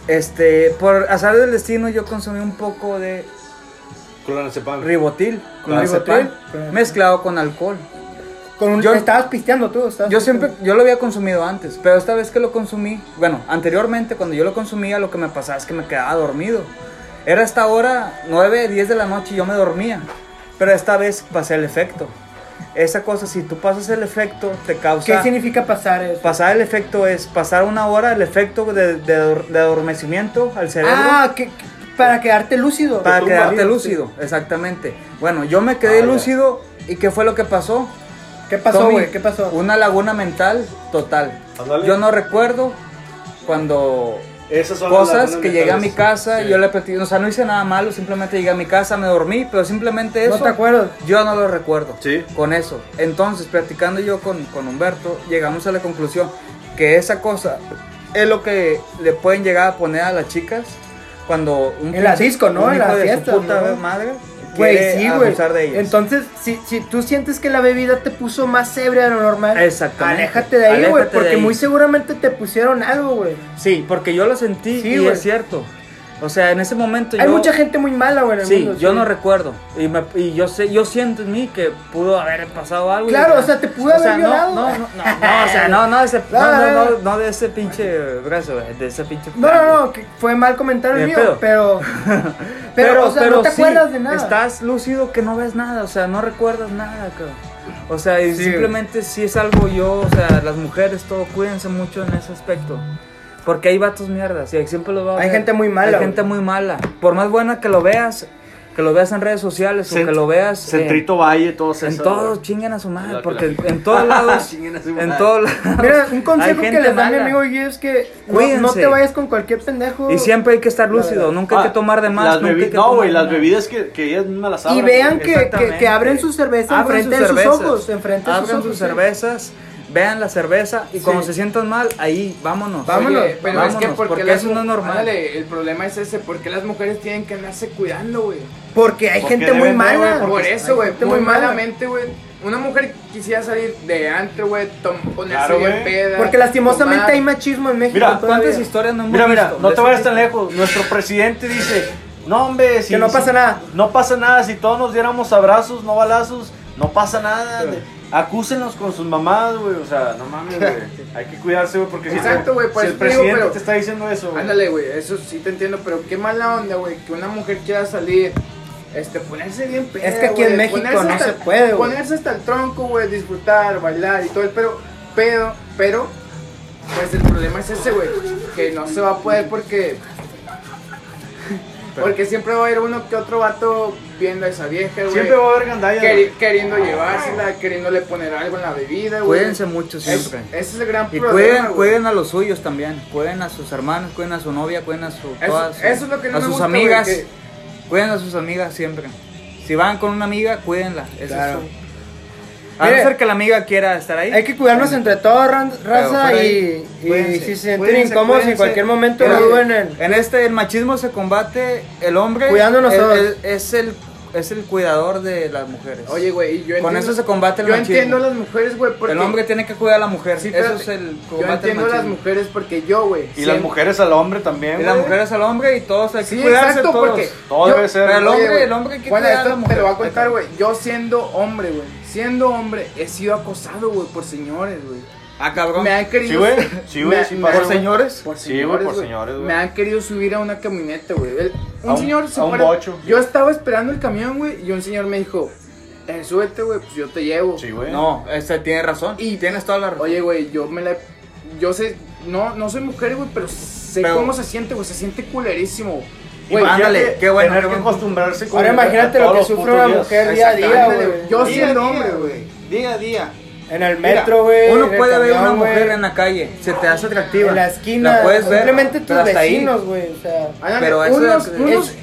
Speaker 2: este, por azar del destino yo consumí un poco de
Speaker 4: Clonazepam.
Speaker 2: ribotil,
Speaker 1: Ribotril.
Speaker 2: clonazepam, mezclado con alcohol.
Speaker 1: Con un,
Speaker 2: Yo-
Speaker 1: estabas pisteando tú. estabas
Speaker 2: Yo siempre,
Speaker 1: pisteando.
Speaker 2: yo lo había consumido antes, pero esta vez que lo consumí, bueno, anteriormente cuando yo lo consumía lo que me pasaba es que me quedaba dormido. Era hasta hora 9, 10 de la noche y yo me dormía, pero esta vez pasé el efecto. Esa cosa, si tú pasas el efecto, te
Speaker 1: ¿Qué
Speaker 2: causa...
Speaker 1: significa pasar eso?
Speaker 2: Pasar el efecto es pasar una hora el efecto de, de, de adormecimiento al cerebro
Speaker 1: ah, que, que- para quedarte lúcido.
Speaker 2: para
Speaker 1: Tú-
Speaker 2: quedarte
Speaker 1: sí. Ah,
Speaker 2: lúcido, exactamente. Bueno, yo me quedé lúcido y ¿qué fue lo que pasó?
Speaker 1: ¿Qué pasó,
Speaker 2: Tommy,
Speaker 1: güey? ¿Qué pasó?
Speaker 2: Una laguna mental total.
Speaker 4: Ándale.
Speaker 2: Yo no recuerdo cuando
Speaker 4: Esas son las
Speaker 2: cosas
Speaker 4: lagunas
Speaker 2: que llegué a mi
Speaker 4: mentales.
Speaker 2: casa,
Speaker 4: Sí.
Speaker 2: yo le platiqué, o sea, no hice nada malo, simplemente llegué a mi casa, me dormí, pero simplemente eso
Speaker 1: No te acuerdas.
Speaker 2: yo no lo recuerdo.
Speaker 4: Sí.
Speaker 2: Con eso. Entonces, platicando yo con, con Humberto, llegamos a la conclusión que esa cosa es lo que le pueden llegar a poner a las chicas cuando un
Speaker 1: En la
Speaker 2: pinche-
Speaker 1: disco, ¿no?
Speaker 2: un
Speaker 1: En
Speaker 2: hijo
Speaker 1: la
Speaker 2: de su
Speaker 1: fiesta,
Speaker 2: puta
Speaker 1: ¿no?
Speaker 2: madre
Speaker 1: Güey,
Speaker 2: quiere
Speaker 1: sí, güey.
Speaker 2: abusar de ellas.
Speaker 1: Entonces, si, si tú sientes que la bebida te puso más ebria de lo normal,
Speaker 2: Exactamente.
Speaker 1: aléjate de ahí,
Speaker 2: Aléjate
Speaker 1: güey,
Speaker 2: de
Speaker 1: porque
Speaker 2: ahí.
Speaker 1: muy seguramente te pusieron algo, güey.
Speaker 2: Sí, porque yo lo sentí
Speaker 1: Sí,
Speaker 2: y
Speaker 1: güey.
Speaker 2: es cierto. O sea, en ese momento
Speaker 1: Hay
Speaker 2: yo
Speaker 1: mucha gente muy mala, güey, en el
Speaker 2: Sí,
Speaker 1: mundo,
Speaker 2: yo no recuerdo. Y, me- y yo sé, yo siento en mí que pudo haber pasado algo.
Speaker 1: Claro,
Speaker 2: Y-
Speaker 1: o sea, te pudo haber
Speaker 2: no,
Speaker 1: violado.
Speaker 2: No, no, no, no, o sea, no, no, de ese, no,
Speaker 1: No,
Speaker 2: no,
Speaker 1: no,
Speaker 2: no, no de ese pinche brazo, güey, de ese pinche.
Speaker 1: No, no, no, que fue mal comentario
Speaker 2: Ni
Speaker 1: mío,
Speaker 2: Ah. pedo.
Speaker 1: pero, pero, o sea, no te
Speaker 2: sí,
Speaker 1: acuerdas de nada.
Speaker 2: Estás lúcido que no ves nada, o sea, no recuerdas nada, cabrón. O sea, y
Speaker 1: Sí,
Speaker 2: simplemente sí es algo yo, o sea, las mujeres, todo, cuídense mucho en ese aspecto. Porque hay vatos mierdas, y siempre lo va a
Speaker 1: Hay
Speaker 2: ver.
Speaker 1: gente muy mala,
Speaker 2: Hay gente
Speaker 1: güey.
Speaker 2: muy mala. Por más buena que lo veas, que lo veas en redes sociales o
Speaker 7: Cent-
Speaker 2: que lo veas. en-
Speaker 7: Centrito Valle, todos
Speaker 2: En
Speaker 7: esos,
Speaker 2: todos
Speaker 7: güey.
Speaker 2: chingan a su madre,
Speaker 7: La-
Speaker 2: porque
Speaker 7: la-
Speaker 2: en todos lados,
Speaker 7: Chinguen a su
Speaker 2: en
Speaker 7: madre.
Speaker 2: todos lados.
Speaker 1: Mira, un consejo
Speaker 2: hay
Speaker 1: que
Speaker 2: gente
Speaker 1: les da mi
Speaker 2: mala.
Speaker 1: amigo Guille es que no,
Speaker 2: Cuídense.
Speaker 1: no te vayas con cualquier pendejo.
Speaker 2: Y siempre hay que estar lúcido,
Speaker 1: verdad.
Speaker 2: nunca hay que
Speaker 7: Ah,
Speaker 2: tomar de más.
Speaker 7: las
Speaker 2: nunca hay
Speaker 7: bebi-
Speaker 2: que
Speaker 7: No,
Speaker 2: tomar
Speaker 7: güey,
Speaker 2: de
Speaker 7: las
Speaker 2: más.
Speaker 7: bebidas que, que ellas mismas las
Speaker 1: Y
Speaker 7: abren.
Speaker 1: vean que, que,
Speaker 2: Exactamente.
Speaker 1: que abren su cerveza
Speaker 2: Abran
Speaker 1: enfrente de
Speaker 2: sus
Speaker 1: sus
Speaker 2: cervezas,
Speaker 1: ojos. Enfrente de sus
Speaker 2: abran
Speaker 1: ojos.
Speaker 2: sus
Speaker 1: sí.
Speaker 2: cervezas, vean la cerveza y cuando
Speaker 1: Sí.
Speaker 2: se sientan mal, ahí vámonos.
Speaker 1: Vamos. Vámonos,
Speaker 3: Oye, pero es que
Speaker 2: vámonos,
Speaker 3: porque,
Speaker 2: porque
Speaker 3: las
Speaker 2: eso
Speaker 3: mu-
Speaker 2: no es normal.
Speaker 3: Ándale, el problema es ese, porque las mujeres tienen que andarse cuidando, güey.
Speaker 1: Porque hay
Speaker 7: Porque
Speaker 1: gente muy
Speaker 7: deben de, güey,
Speaker 1: mala.
Speaker 7: porque
Speaker 3: Por eso, güey,
Speaker 1: gente
Speaker 3: muy malamente, güey. Una mujer quisiera salir de antro, güey, tom- ponerse
Speaker 7: Claro,
Speaker 3: bien
Speaker 7: güey.
Speaker 3: peda.
Speaker 1: Porque lastimosamente
Speaker 3: tomar.
Speaker 1: hay machismo en México.
Speaker 7: Mira,
Speaker 1: todavía.
Speaker 2: ¿Cuántas historias no hemos
Speaker 7: Mira, mira,
Speaker 2: visto?
Speaker 7: no
Speaker 2: de
Speaker 7: te
Speaker 2: ese
Speaker 7: vayas
Speaker 2: tipo?
Speaker 7: tan lejos. Nuestro presidente dice, no hombre, si,
Speaker 1: Que no
Speaker 7: si-
Speaker 1: pasa nada."
Speaker 7: No pasa nada, si todos nos diéramos abrazos, no balazos, no pasa nada. Acúsenlos con sus mamás, güey, o sea, no mames, güey. Hay que cuidarse, güey, porque si,
Speaker 3: Exacto, güey, por
Speaker 7: si el
Speaker 3: eso te digo,
Speaker 7: presidente
Speaker 3: pero-
Speaker 7: te está diciendo eso, güey.
Speaker 3: Ándale, güey, eso sí te entiendo, pero qué mala onda, güey, que una mujer quiera salir, este, ponerse bien peda,
Speaker 1: Es que aquí en
Speaker 3: güey,
Speaker 1: México
Speaker 3: ponerse
Speaker 1: no
Speaker 3: hasta-
Speaker 1: se puede, güey.
Speaker 3: Ponerse hasta el tronco, güey, disfrutar, bailar y todo el pero, pero, pero, Pues el problema es ese, güey. Que no se va a poder porque. Porque siempre va a haber uno que otro vato viendo a esa vieja, güey.
Speaker 4: Siempre va a haber gandalla.
Speaker 3: Queri- queriendo llevársela, queriéndole poner algo en la bebida, güey.
Speaker 2: Cuídense mucho
Speaker 3: Es-
Speaker 2: siempre.
Speaker 3: Ese es el gran
Speaker 2: Y
Speaker 3: problema.
Speaker 2: cuiden,
Speaker 3: güey.
Speaker 2: cuiden a los suyos también. Cuiden a sus hermanos, cuiden a su novia, cuiden a su,
Speaker 3: Eso,
Speaker 2: todas-
Speaker 3: eso es lo que no
Speaker 2: a
Speaker 3: me
Speaker 2: sus
Speaker 3: gusta, güey,
Speaker 2: amigas.
Speaker 3: que-
Speaker 2: Cuiden a sus amigas siempre. Si van con una amiga, cuídenla. Eso es
Speaker 1: Claro.
Speaker 2: todo. A no
Speaker 1: Mire,
Speaker 2: ser que la amiga quiera estar ahí.
Speaker 1: Hay que cuidarnos entre todos, ran- raza,
Speaker 2: fuera
Speaker 1: y, y
Speaker 2: cuídense,
Speaker 1: si se sienten
Speaker 4: cuídense,
Speaker 1: incómodos en
Speaker 4: cuídense.
Speaker 1: cualquier momento,
Speaker 2: Mira,
Speaker 1: no duden en...
Speaker 2: En este, el machismo se combate, el hombre
Speaker 1: Cuidándonos
Speaker 2: es,
Speaker 1: todos.
Speaker 2: es- es el, es el cuidador de las mujeres.
Speaker 3: Oye, güey, y yo
Speaker 2: Con
Speaker 3: entiendo-
Speaker 2: eso se combate el
Speaker 3: Yo
Speaker 2: machismo.
Speaker 3: entiendo a las mujeres, güey, porque...
Speaker 2: el hombre tiene que cuidar a la mujer.
Speaker 3: Sí,
Speaker 2: eso
Speaker 3: espérate.
Speaker 2: es el
Speaker 3: Yo
Speaker 2: combate al
Speaker 3: entiendo a las
Speaker 2: machismo.
Speaker 3: mujeres porque yo, güey.
Speaker 4: Y las
Speaker 3: siempre-
Speaker 4: mujeres al hombre también.
Speaker 2: Y las
Speaker 4: güey.
Speaker 2: mujeres al hombre y todos hay que
Speaker 3: Sí,
Speaker 2: cuidarse
Speaker 3: exacto,
Speaker 2: todos.
Speaker 3: porque...
Speaker 4: Todo
Speaker 3: yo-
Speaker 4: debe ser.
Speaker 2: pero el
Speaker 3: Oye,
Speaker 2: hombre,
Speaker 3: güey,
Speaker 2: el hombre que
Speaker 3: bueno,
Speaker 2: cuida a la
Speaker 3: esto te
Speaker 2: mujer.
Speaker 3: lo voy a contar, güey. Yo siendo hombre, güey. Siendo hombre, he sido acosado, güey, por señores, güey.
Speaker 2: Ah, cabrón.
Speaker 3: Me han querido.
Speaker 4: Sí, güey. Sí, güey,
Speaker 3: me-
Speaker 4: sí
Speaker 3: me-
Speaker 4: pasa,
Speaker 3: por
Speaker 4: güey.
Speaker 2: señores?
Speaker 3: Por
Speaker 4: Sí, güey, por
Speaker 3: güey.
Speaker 4: señores, güey.
Speaker 3: Me han querido subir a una camioneta, güey. El- Un,
Speaker 4: A un-
Speaker 3: señor se
Speaker 4: a un
Speaker 3: para-
Speaker 4: bocho.
Speaker 3: Yo estaba esperando el camión, güey, y un señor me dijo, eh, súbete, güey, pues yo te llevo.
Speaker 4: Sí, güey.
Speaker 2: No, este tiene razón.
Speaker 3: Y-
Speaker 2: Y tienes toda la razón.
Speaker 3: Oye, güey, yo me la... Yo sé... No, no soy mujer, güey, pero sé
Speaker 2: Pero-
Speaker 3: cómo se siente, güey. Se siente culerísimo.
Speaker 2: Güey, ándale,
Speaker 4: Imagínate
Speaker 2: qué bueno, qué
Speaker 4: Tener que
Speaker 2: bueno.
Speaker 4: acostumbrarse con
Speaker 1: Ahora
Speaker 4: a
Speaker 1: imagínate lo
Speaker 4: todos
Speaker 1: que
Speaker 4: los
Speaker 1: sufre
Speaker 4: putos
Speaker 1: una
Speaker 4: días.
Speaker 1: mujer día a día,
Speaker 3: Exactamente,
Speaker 1: güey.
Speaker 3: Yo
Speaker 1: Día
Speaker 3: siendo
Speaker 1: a día,
Speaker 3: hombre, güey.
Speaker 4: Día a día.
Speaker 1: En el metro, güey.
Speaker 2: Uno
Speaker 1: en el
Speaker 2: puede ver
Speaker 1: camión,
Speaker 2: una mujer
Speaker 1: güey,
Speaker 2: en la calle, se te hace atractiva.
Speaker 1: en la esquina.
Speaker 2: La puedes ver.
Speaker 1: Simplemente
Speaker 2: pero
Speaker 1: tus
Speaker 2: hasta ahí.
Speaker 1: vecinos, güey. O sea,
Speaker 3: Ándale,
Speaker 2: Pero eso
Speaker 3: unos-
Speaker 2: es-
Speaker 3: unos-
Speaker 1: es-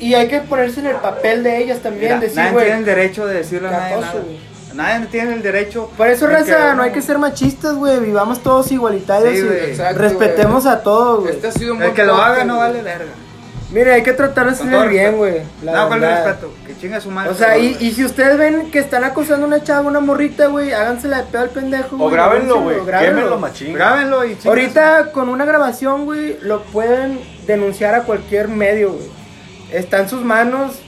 Speaker 1: y hay que ponerse en el papel de ellas también,
Speaker 2: Mira,
Speaker 1: decir,
Speaker 2: nadie tiene el
Speaker 1: güey.
Speaker 2: derecho de decirle a
Speaker 1: qué
Speaker 2: nadie
Speaker 1: acoso,
Speaker 2: nada.
Speaker 1: güey.
Speaker 2: Nadie tiene el derecho.
Speaker 1: Por eso,
Speaker 2: de
Speaker 1: raza, no hay
Speaker 2: uno-
Speaker 1: que ser machistas, güey. Vivamos todos igualitarios
Speaker 2: Sí,
Speaker 1: y
Speaker 2: güey.
Speaker 3: Exacto,
Speaker 1: respetemos a todos, güey.
Speaker 3: Este ha sido un
Speaker 2: El
Speaker 3: buen
Speaker 2: que lo
Speaker 3: podcast,
Speaker 2: haga no
Speaker 3: güey.
Speaker 2: vale verga.
Speaker 1: Mire, hay que tratar de
Speaker 2: todo
Speaker 1: ser bien,
Speaker 2: respeto.
Speaker 1: güey. la
Speaker 2: No, con el
Speaker 1: verdad.
Speaker 2: respeto. Que chinga su
Speaker 4: Ah,
Speaker 2: madre.
Speaker 1: O sea, y, y si ustedes ven que están acosando a una chava, una morrita, güey, hágansela de pedo al pendejo.
Speaker 4: O
Speaker 1: güey,
Speaker 4: grábenlo,
Speaker 1: denúncienlo,
Speaker 4: güey.
Speaker 1: grábenlo.
Speaker 4: Quémenlo, machín.
Speaker 2: Grábenlo y chinga
Speaker 1: Ahorita con una grabación, güey, lo pueden denunciar a cualquier medio, güey. Está en sus manos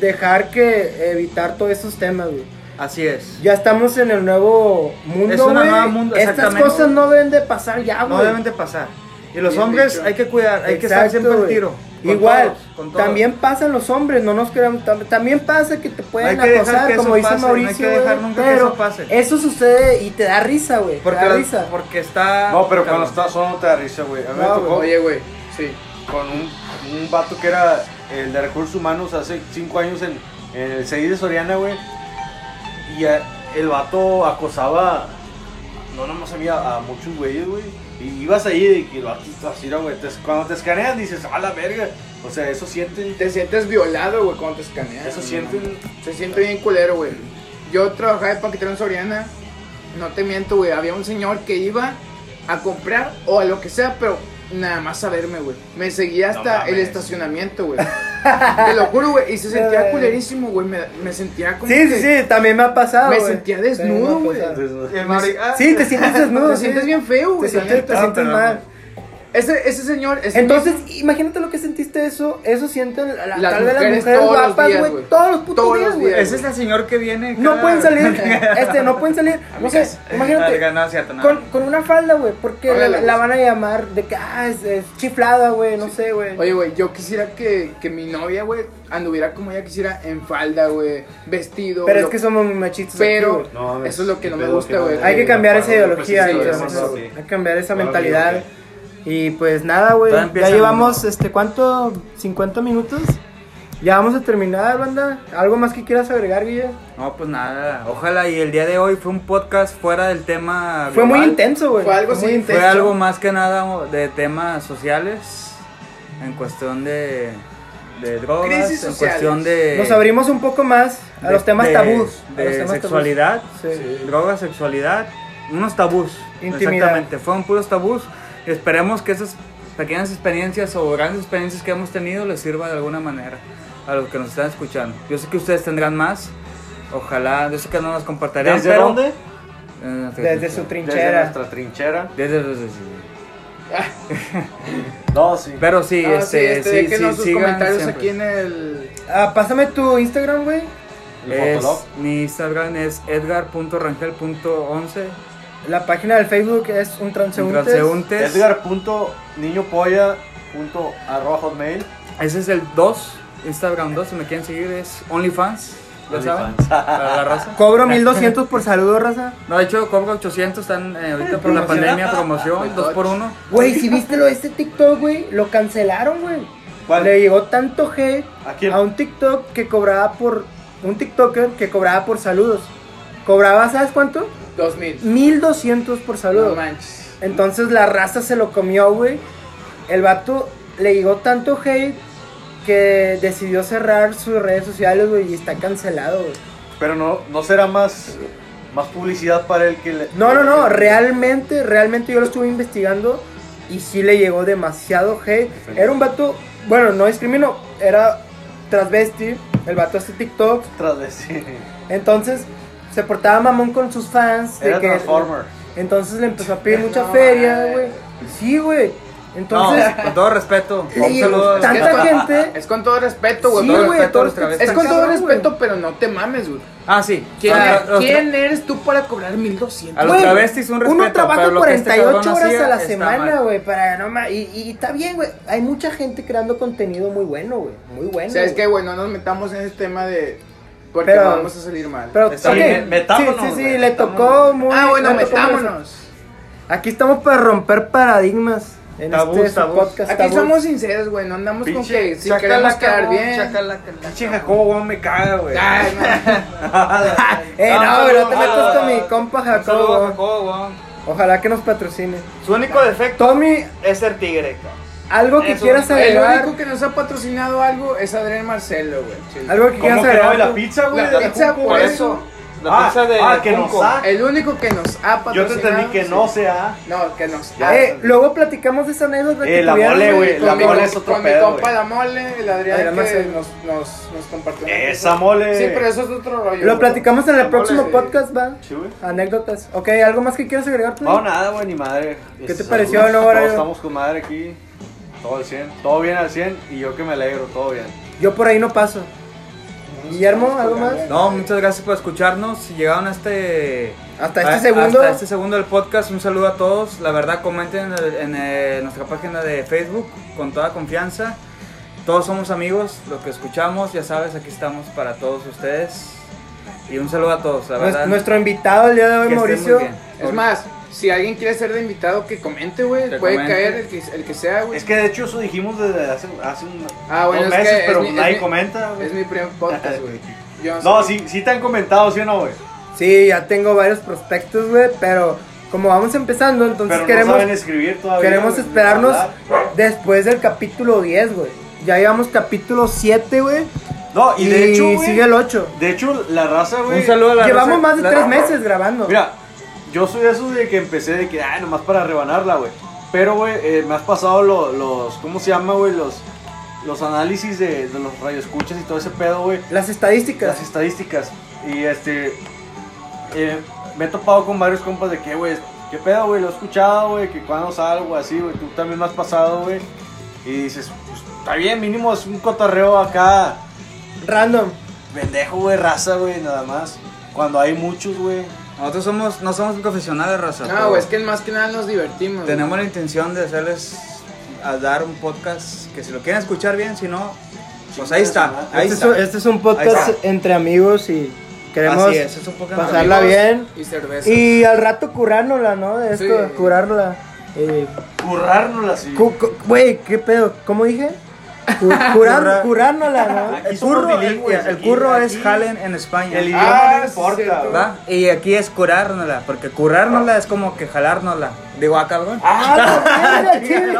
Speaker 1: dejar que evitar todos esos temas, güey.
Speaker 2: su- Así es.
Speaker 1: Ya estamos en el nuevo mundo,
Speaker 2: Es una
Speaker 1: güey.
Speaker 2: nueva mundo,
Speaker 1: Estas
Speaker 2: exactamente.
Speaker 1: cosas no deben de pasar ya, güey.
Speaker 2: No deben de pasar. Y los
Speaker 3: Bien
Speaker 2: hombres
Speaker 3: dicho.
Speaker 2: hay que cuidar, hay que
Speaker 1: Exacto,
Speaker 2: estar siempre al
Speaker 1: güey.
Speaker 2: tiro. Con
Speaker 1: Igual,
Speaker 2: todos, con todos.
Speaker 1: también pasan los hombres, no nos crean. tam- También pasa que te pueden
Speaker 2: No hay que dejar
Speaker 1: acosar,
Speaker 2: que eso
Speaker 1: como dice
Speaker 2: pase, no hay que
Speaker 1: Mauricio.
Speaker 2: dejar
Speaker 1: güey,
Speaker 2: nunca que
Speaker 1: pero
Speaker 2: eso pase.
Speaker 1: sucede y te da risa, güey. Te
Speaker 2: Porque,
Speaker 1: da
Speaker 2: la-
Speaker 1: risa.
Speaker 2: porque está.
Speaker 4: No, pero cuando
Speaker 2: cabrón.
Speaker 4: estás solo no te da risa, güey. A mí me
Speaker 1: No,
Speaker 4: tocó
Speaker 3: Oye, güey, sí.
Speaker 4: con un, un vato que era el de recursos humanos hace 5 años en, en el 6 de Soriana, güey. Y eh, el vato acosaba, no nomás a mí, a, a muchos güeyes, güey. Y ibas ahí y el vato estaba así, güey. Te- cuando te escanean dices, a la verga. O sea, eso sienten,
Speaker 3: Te sientes violado, güey, cuando te escanean.
Speaker 4: eso
Speaker 3: no
Speaker 4: sienten.
Speaker 3: Se siente bien culero, güey. Yo trabajaba de paquetero en Soriana. No te miento, güey. Había un señor que iba a comprar o a lo que sea, pero nada más a verme, güey. Me seguía
Speaker 4: No
Speaker 3: hasta
Speaker 4: mames.
Speaker 3: el estacionamiento, güey. Te lo juro, güey. Y se sentía culerísimo, güey. Me, me sentía como.
Speaker 1: Sí,
Speaker 3: que-
Speaker 1: sí, sí, también me ha pasado.
Speaker 3: Me
Speaker 1: güey.
Speaker 3: sentía
Speaker 1: También me ha
Speaker 3: desnudo, güey.
Speaker 1: pasado.
Speaker 4: Entonces,
Speaker 2: El Mauri- ah,
Speaker 1: Sí, te sientes desnudo.
Speaker 3: Te
Speaker 1: sí.
Speaker 3: sientes bien feo,
Speaker 1: Te
Speaker 3: güey. la
Speaker 1: sientes, te
Speaker 3: neta.
Speaker 1: sientes
Speaker 2: pero-
Speaker 1: mal.
Speaker 3: Ese, ese señor. ese
Speaker 1: Entonces, imagínate lo que sentiste eso. Eso sienten la-
Speaker 3: Las
Speaker 1: tal vez las
Speaker 3: mujeres
Speaker 1: mujeres
Speaker 3: todos los
Speaker 1: guapas,
Speaker 3: días,
Speaker 1: güey.
Speaker 3: güey.
Speaker 1: Todos los putos
Speaker 3: Todos los
Speaker 1: días, güey.
Speaker 3: días.
Speaker 2: Ese es el señor que viene.
Speaker 1: No
Speaker 2: cada-
Speaker 1: pueden salir. Este, no pueden salir. No sé, imagínate.
Speaker 2: Verga, no, es cierto, no.
Speaker 1: Con, con una falda, güey, porque la,
Speaker 3: Órale,
Speaker 1: la
Speaker 3: güey.
Speaker 1: van a llamar de que, ah, es, es chiflada, güey, no sé, güey.
Speaker 3: Oye, güey, yo quisiera que, que mi novia, güey, anduviera como ella quisiera en falda, güey, vestido.
Speaker 1: Pero es
Speaker 3: lo-
Speaker 1: que somos muy machistas. aquí,
Speaker 3: Pero
Speaker 1: güey.
Speaker 4: No, mames,
Speaker 3: eso es lo que no me
Speaker 4: pedo
Speaker 3: gusta,
Speaker 4: que no
Speaker 3: güey.
Speaker 4: te-
Speaker 1: hay que cambiar esa
Speaker 4: pues,
Speaker 1: ideología,
Speaker 4: sí,
Speaker 1: güey,
Speaker 4: sí,
Speaker 1: entonces,
Speaker 4: sí.
Speaker 1: hay que cambiar esa
Speaker 4: Claro,
Speaker 1: mentalidad.
Speaker 4: sí,
Speaker 1: Y pues nada, güey, ya
Speaker 2: Todavía empieza
Speaker 1: llevamos,
Speaker 2: uno.
Speaker 1: este, ¿cuánto? ¿50 minutos? Ya vamos a terminar, banda. ¿Algo más que quieras agregar, Guille?
Speaker 2: No, pues nada. Ojalá y el día de hoy fue un podcast fuera del tema.
Speaker 1: Fue muy
Speaker 2: global.
Speaker 1: intenso, güey.
Speaker 3: Fue algo
Speaker 1: muy
Speaker 3: así,
Speaker 1: intenso.
Speaker 2: Fue algo más que nada de temas sociales, en cuestión de, de drogas,
Speaker 3: Crisis
Speaker 2: en
Speaker 3: sociales.
Speaker 2: cuestión de...
Speaker 1: Nos abrimos un poco más a
Speaker 2: de-
Speaker 1: los temas
Speaker 2: de-
Speaker 1: tabús. a
Speaker 2: De
Speaker 1: los temas tabús.
Speaker 2: sexualidad,
Speaker 1: Sí.
Speaker 2: drogas, sexualidad, unos tabús.
Speaker 1: Intimidad.
Speaker 2: Exactamente, fueron puros tabús. Esperemos que esas pequeñas experiencias o grandes experiencias que hemos tenido les sirva de alguna manera a los que nos están escuchando. Yo sé que ustedes tendrán más. Ojalá, yo sé que no las compartirán.
Speaker 4: ¿Desde
Speaker 2: pero-
Speaker 4: dónde?
Speaker 2: Eh,
Speaker 1: Desde su
Speaker 4: Desde
Speaker 1: trinchera.
Speaker 4: nuestra trinchera.
Speaker 2: Desde- desde- desde-
Speaker 4: No, sí.
Speaker 2: Pero sí,
Speaker 3: Ah, sí,
Speaker 2: este,
Speaker 3: este,
Speaker 2: sí, sí,
Speaker 3: déjenos sus
Speaker 2: sigan
Speaker 3: comentarios
Speaker 2: siempre.
Speaker 3: aquí en el.
Speaker 1: Ah, pásame tu Instagram, güey.
Speaker 4: El
Speaker 2: Es-
Speaker 4: Fotolog.
Speaker 2: mi Instagram es edgar.rangel.11
Speaker 1: La página del Facebook es un transeúnte.
Speaker 2: transeúntes.
Speaker 4: Edgar.niñopolla.arroba hotmail.
Speaker 2: Ese es el 2, Instagram 2, si me quieren seguir es OnlyFans. ya saben. Para la raza.
Speaker 1: Cobro 1200 por saludo, raza.
Speaker 2: No, de hecho, cobro 800, están eh, ahorita por la pandemia, promoción, 2 por 1
Speaker 1: Güey, si viste lo de este TikTok, güey, lo cancelaron, güey. Le llegó tanto hate
Speaker 4: ¿A quién?
Speaker 1: a un TikTok que cobraba por. Un TikToker que cobraba por saludos. Cobraba, ¿sabes cuánto?
Speaker 3: 2000.
Speaker 1: 1200 por
Speaker 3: No
Speaker 1: saludo.
Speaker 3: manches.
Speaker 1: Entonces la raza se lo comió, güey. El vato le llegó tanto hate que decidió cerrar sus redes sociales, güey, y está cancelado, güey.
Speaker 4: Pero no, no será más, más publicidad para él que le-
Speaker 1: No, no, no, realmente, realmente yo lo estuve investigando y sí le llegó demasiado hate. Era un vato, bueno, no discrimino, era transvesti, el vato hace TikTok,
Speaker 4: Tras de sí.
Speaker 1: entonces se portaba mamón con sus fans. de
Speaker 4: Era
Speaker 1: que-
Speaker 4: Transformer.
Speaker 1: Entonces le empezó a pedir mucha
Speaker 3: No,
Speaker 1: feria,
Speaker 3: madre.
Speaker 1: güey. Sí, güey.
Speaker 2: No,
Speaker 1: Entonces,
Speaker 2: con todo respeto.
Speaker 1: le
Speaker 2: Un
Speaker 1: llegó
Speaker 2: saludo.
Speaker 3: tan-
Speaker 1: tanta gente.
Speaker 3: Es con todo respeto, güey.
Speaker 1: Sí,
Speaker 3: todo
Speaker 1: güey,
Speaker 3: respeto.
Speaker 1: todo
Speaker 2: otra vez.
Speaker 1: respeto.
Speaker 3: Es con todo
Speaker 1: Cabrón, güey.
Speaker 3: respeto, pero no te mames, güey.
Speaker 2: Ah, sí.
Speaker 3: ¿Quién,
Speaker 2: A los-
Speaker 3: quién eres tú para cobrar 1200?
Speaker 2: A los
Speaker 1: Güey,
Speaker 2: travestis un respeto.
Speaker 1: Uno trabaja
Speaker 2: pero lo que este
Speaker 1: 48
Speaker 2: cabrón
Speaker 1: horas
Speaker 2: hacía
Speaker 1: a la
Speaker 2: está
Speaker 1: semana,
Speaker 2: mal.
Speaker 1: güey, para no ma- y, y está bien, güey. Hay mucha gente creando contenido muy bueno, güey. Muy bueno.
Speaker 3: ¿Sabes
Speaker 1: güey.
Speaker 3: qué, güey? No nos metamos en ese tema de. Porque
Speaker 1: Pero-
Speaker 3: vamos a salir mal.
Speaker 1: Pero,
Speaker 4: Está
Speaker 1: ok,
Speaker 4: bien, metámonos,
Speaker 1: Sí, sí, sí,
Speaker 4: güey,
Speaker 1: le
Speaker 4: metámonos.
Speaker 1: tocó muy.
Speaker 3: ah, bueno,
Speaker 1: le tocó muy-
Speaker 3: metámonos.
Speaker 1: Aquí estamos para romper paradigmas. En
Speaker 4: Tabús,
Speaker 1: este su
Speaker 4: tabús.
Speaker 1: podcast.
Speaker 3: Aquí
Speaker 1: tabús.
Speaker 3: somos sinceros, güey. No andamos con
Speaker 4: Pinche
Speaker 3: que si
Speaker 4: chacalaca,
Speaker 3: queremos quedar
Speaker 4: güey,
Speaker 3: bien.
Speaker 4: chacalaca. Pinche Jacobo, güey, me caga, güey.
Speaker 3: Ay, no.
Speaker 1: Eh, no,
Speaker 4: Ah, saludo,
Speaker 1: güey, no te
Speaker 4: ah,
Speaker 1: metas con
Speaker 4: ah,
Speaker 1: mi compa Jacobo.
Speaker 8: Saludos, Jacobo, weón.
Speaker 1: Ojalá que nos patrocine.
Speaker 8: Su único defecto
Speaker 1: Tommy,
Speaker 8: es ser tigre, cabrón.
Speaker 1: algo que
Speaker 8: Eso,
Speaker 1: quieras
Speaker 3: El
Speaker 1: agregar.
Speaker 3: único que nos ha patrocinado algo es Adrián Marcelo, güey. Sí.
Speaker 1: Algo que quieras
Speaker 4: ¿Cómo que no? ¿Y
Speaker 1: agregar.
Speaker 4: la pizza, güey?
Speaker 3: La
Speaker 4: de
Speaker 3: pizza,
Speaker 4: Juco,
Speaker 3: por
Speaker 4: güey?
Speaker 3: eso.
Speaker 8: La pizza de-
Speaker 4: Ah,
Speaker 8: de
Speaker 4: que nos
Speaker 8: Junco.
Speaker 4: ha.
Speaker 3: El único que nos ha
Speaker 4: Yo
Speaker 3: patrocinado.
Speaker 4: te entendí que no
Speaker 3: sí.
Speaker 4: sea.
Speaker 3: No, que nos ha.
Speaker 1: Eh, luego platicamos de esa anécdota. que
Speaker 4: Eh, la
Speaker 1: tuvieron,
Speaker 4: mole, güey,
Speaker 1: con
Speaker 4: la
Speaker 1: mi-
Speaker 4: mole es otro
Speaker 3: Con
Speaker 4: pedo,
Speaker 3: mi compa
Speaker 4: güey.
Speaker 3: la mole, el Adrián
Speaker 1: Adrián
Speaker 3: que
Speaker 1: Marcelo.
Speaker 3: nos, nos, nos compartió.
Speaker 4: Eh, Esa mole.
Speaker 3: Sí, pero eso es otro rollo.
Speaker 1: Lo
Speaker 3: güey.
Speaker 1: platicamos en el
Speaker 4: La
Speaker 1: próximo
Speaker 4: mole, sí.
Speaker 1: podcast, va.
Speaker 4: Sí, güey.
Speaker 1: Anécdotas. Ok, ¿algo más que quieras agregar, tú?
Speaker 4: No, nada, güey, ni madre.
Speaker 1: ¿Qué te
Speaker 4: Saludos.
Speaker 1: pareció el nuevo horario?
Speaker 4: Todos estamos con madre aquí. Todo al 100. Todo bien al 100 y yo que me alegro, todo bien.
Speaker 1: Yo por ahí no paso. Guillermo, ¿algo más?
Speaker 2: No, muchas gracias por escucharnos. Si llegaron a este.
Speaker 1: Hasta
Speaker 2: a-
Speaker 1: este segundo.
Speaker 2: Hasta este segundo del podcast, un saludo a todos. La verdad, comenten en, el- en, eh, nuestra página de Facebook con toda confianza. Todos somos amigos, lo que escuchamos, ya sabes, aquí estamos para todos ustedes. Y un saludo a todos, la
Speaker 1: Nues-
Speaker 2: verdad.
Speaker 1: Nuestro invitado el día de hoy,
Speaker 2: que estén muy
Speaker 1: Mauricio.
Speaker 2: bien.
Speaker 3: Es más, si alguien quiere ser de invitado, que comente, güey.
Speaker 2: Que
Speaker 3: Puede
Speaker 2: comente.
Speaker 3: caer el que, el que sea, güey.
Speaker 4: Es que de hecho eso dijimos desde hace, hace un,
Speaker 3: Ah, bueno,
Speaker 4: dos
Speaker 3: es que
Speaker 4: meses,
Speaker 3: es
Speaker 4: pero
Speaker 3: mi- es
Speaker 4: nadie
Speaker 3: mi-
Speaker 4: comenta. güey.
Speaker 3: Es mi primer podcast, güey. Yo
Speaker 4: No,
Speaker 3: sé-
Speaker 4: sí, sí te han comentado, ¿sí o no, güey?
Speaker 1: Sí, ya tengo varios prospectos, güey, pero como vamos empezando, entonces
Speaker 4: Pero no
Speaker 1: queremos,
Speaker 4: saben escribir todavía.
Speaker 1: queremos
Speaker 4: güey,
Speaker 1: esperarnos
Speaker 4: hablar.
Speaker 1: después del capítulo 10, güey. Ya llevamos capítulo 7, güey.
Speaker 4: No, y, de hecho, güey,
Speaker 1: sigue el 8.
Speaker 4: de hecho, la raza, güey.
Speaker 2: Un saludo a la
Speaker 1: Llevamos
Speaker 2: raza-
Speaker 1: más de
Speaker 2: la-
Speaker 1: 3 meses grabando.
Speaker 4: Mira, yo soy de esos de que empecé de que, ah, nomás para rebanarla, güey. Pero, güey, eh, me has pasado lo- los, ¿cómo se llama, güey? Los, los análisis de, de los radioescuchas y todo ese pedo, güey.
Speaker 1: Las estadísticas.
Speaker 4: Las estadísticas. Y este, eh, me he topado con varios compas de que, güey, qué pedo, güey, lo he escuchado, güey, que cuando salgo, así, güey. Tú también me has pasado, güey. Y dices, pues, está bien, mínimo es un cotorreo acá.
Speaker 1: Random.
Speaker 4: Pendejo, güey, raza, güey, nada más. Cuando hay muchos, güey.
Speaker 2: Nosotros somos, no somos profesionales, raza.
Speaker 3: No,
Speaker 2: pero
Speaker 3: güey, es que más que nada nos divertimos. güey.
Speaker 2: Tenemos la intención de hacerles a dar un podcast que si lo quieren escuchar bien, si no, pues ahí está. Ahí
Speaker 1: Este es, un,
Speaker 2: está.
Speaker 1: este es un
Speaker 2: Ahí
Speaker 1: podcast
Speaker 2: está.
Speaker 1: entre amigos y queremos
Speaker 2: Así es, es un podcast
Speaker 1: pasar pasarla bien.
Speaker 3: Y cerveza.
Speaker 1: y al rato curárnosla, ¿no? De esto,
Speaker 3: Sí.
Speaker 1: curarla. Eh,
Speaker 4: Currárnosla, sí.
Speaker 1: Cu- cu- Güey, ¿qué pedo? ¿Cómo dije? Cu- curar, curárnosla, ¿no?
Speaker 4: Aquí
Speaker 2: El
Speaker 4: somos
Speaker 2: curro, el,
Speaker 4: bilingües,
Speaker 2: el
Speaker 4: aquí-
Speaker 2: curro
Speaker 4: aquí-
Speaker 2: es Halen en España.
Speaker 4: El idioma
Speaker 3: Ah,
Speaker 4: no
Speaker 3: sí, cierto.
Speaker 4: importa, güey.
Speaker 2: ¿Va? Y aquí es curárnosla, porque curárnosla es como que jalárnosla. Digo, ah, cabrón.
Speaker 1: Ah, no, chile.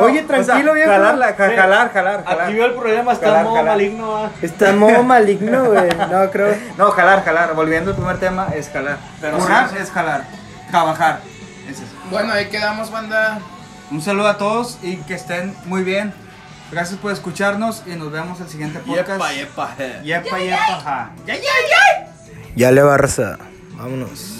Speaker 1: Oye,
Speaker 2: o
Speaker 1: tranquilo,
Speaker 2: sea,
Speaker 1: viejo.
Speaker 2: Jalarla, ja-
Speaker 4: Sí.
Speaker 2: jalar, jalar,
Speaker 4: Aquí
Speaker 2: jalar.
Speaker 4: veo el problema, está
Speaker 2: Jalar,
Speaker 4: en modo
Speaker 2: jalar.
Speaker 4: maligno. ah.
Speaker 1: Está modo maligno, güey. No, creo.
Speaker 2: No, jalar, jalar. Volviendo al primer tema, es jalar.
Speaker 4: Pero
Speaker 2: Currar
Speaker 4: sí,
Speaker 2: es jalar. Trabajar. Ese es.
Speaker 3: Bueno, ahí quedamos, banda.
Speaker 2: Un saludo a todos y que estén muy bien. Gracias por escucharnos y nos vemos en el siguiente podcast. Yepa, yepa. Yepa, yepa. ja.
Speaker 1: Ya le va a Vámonos.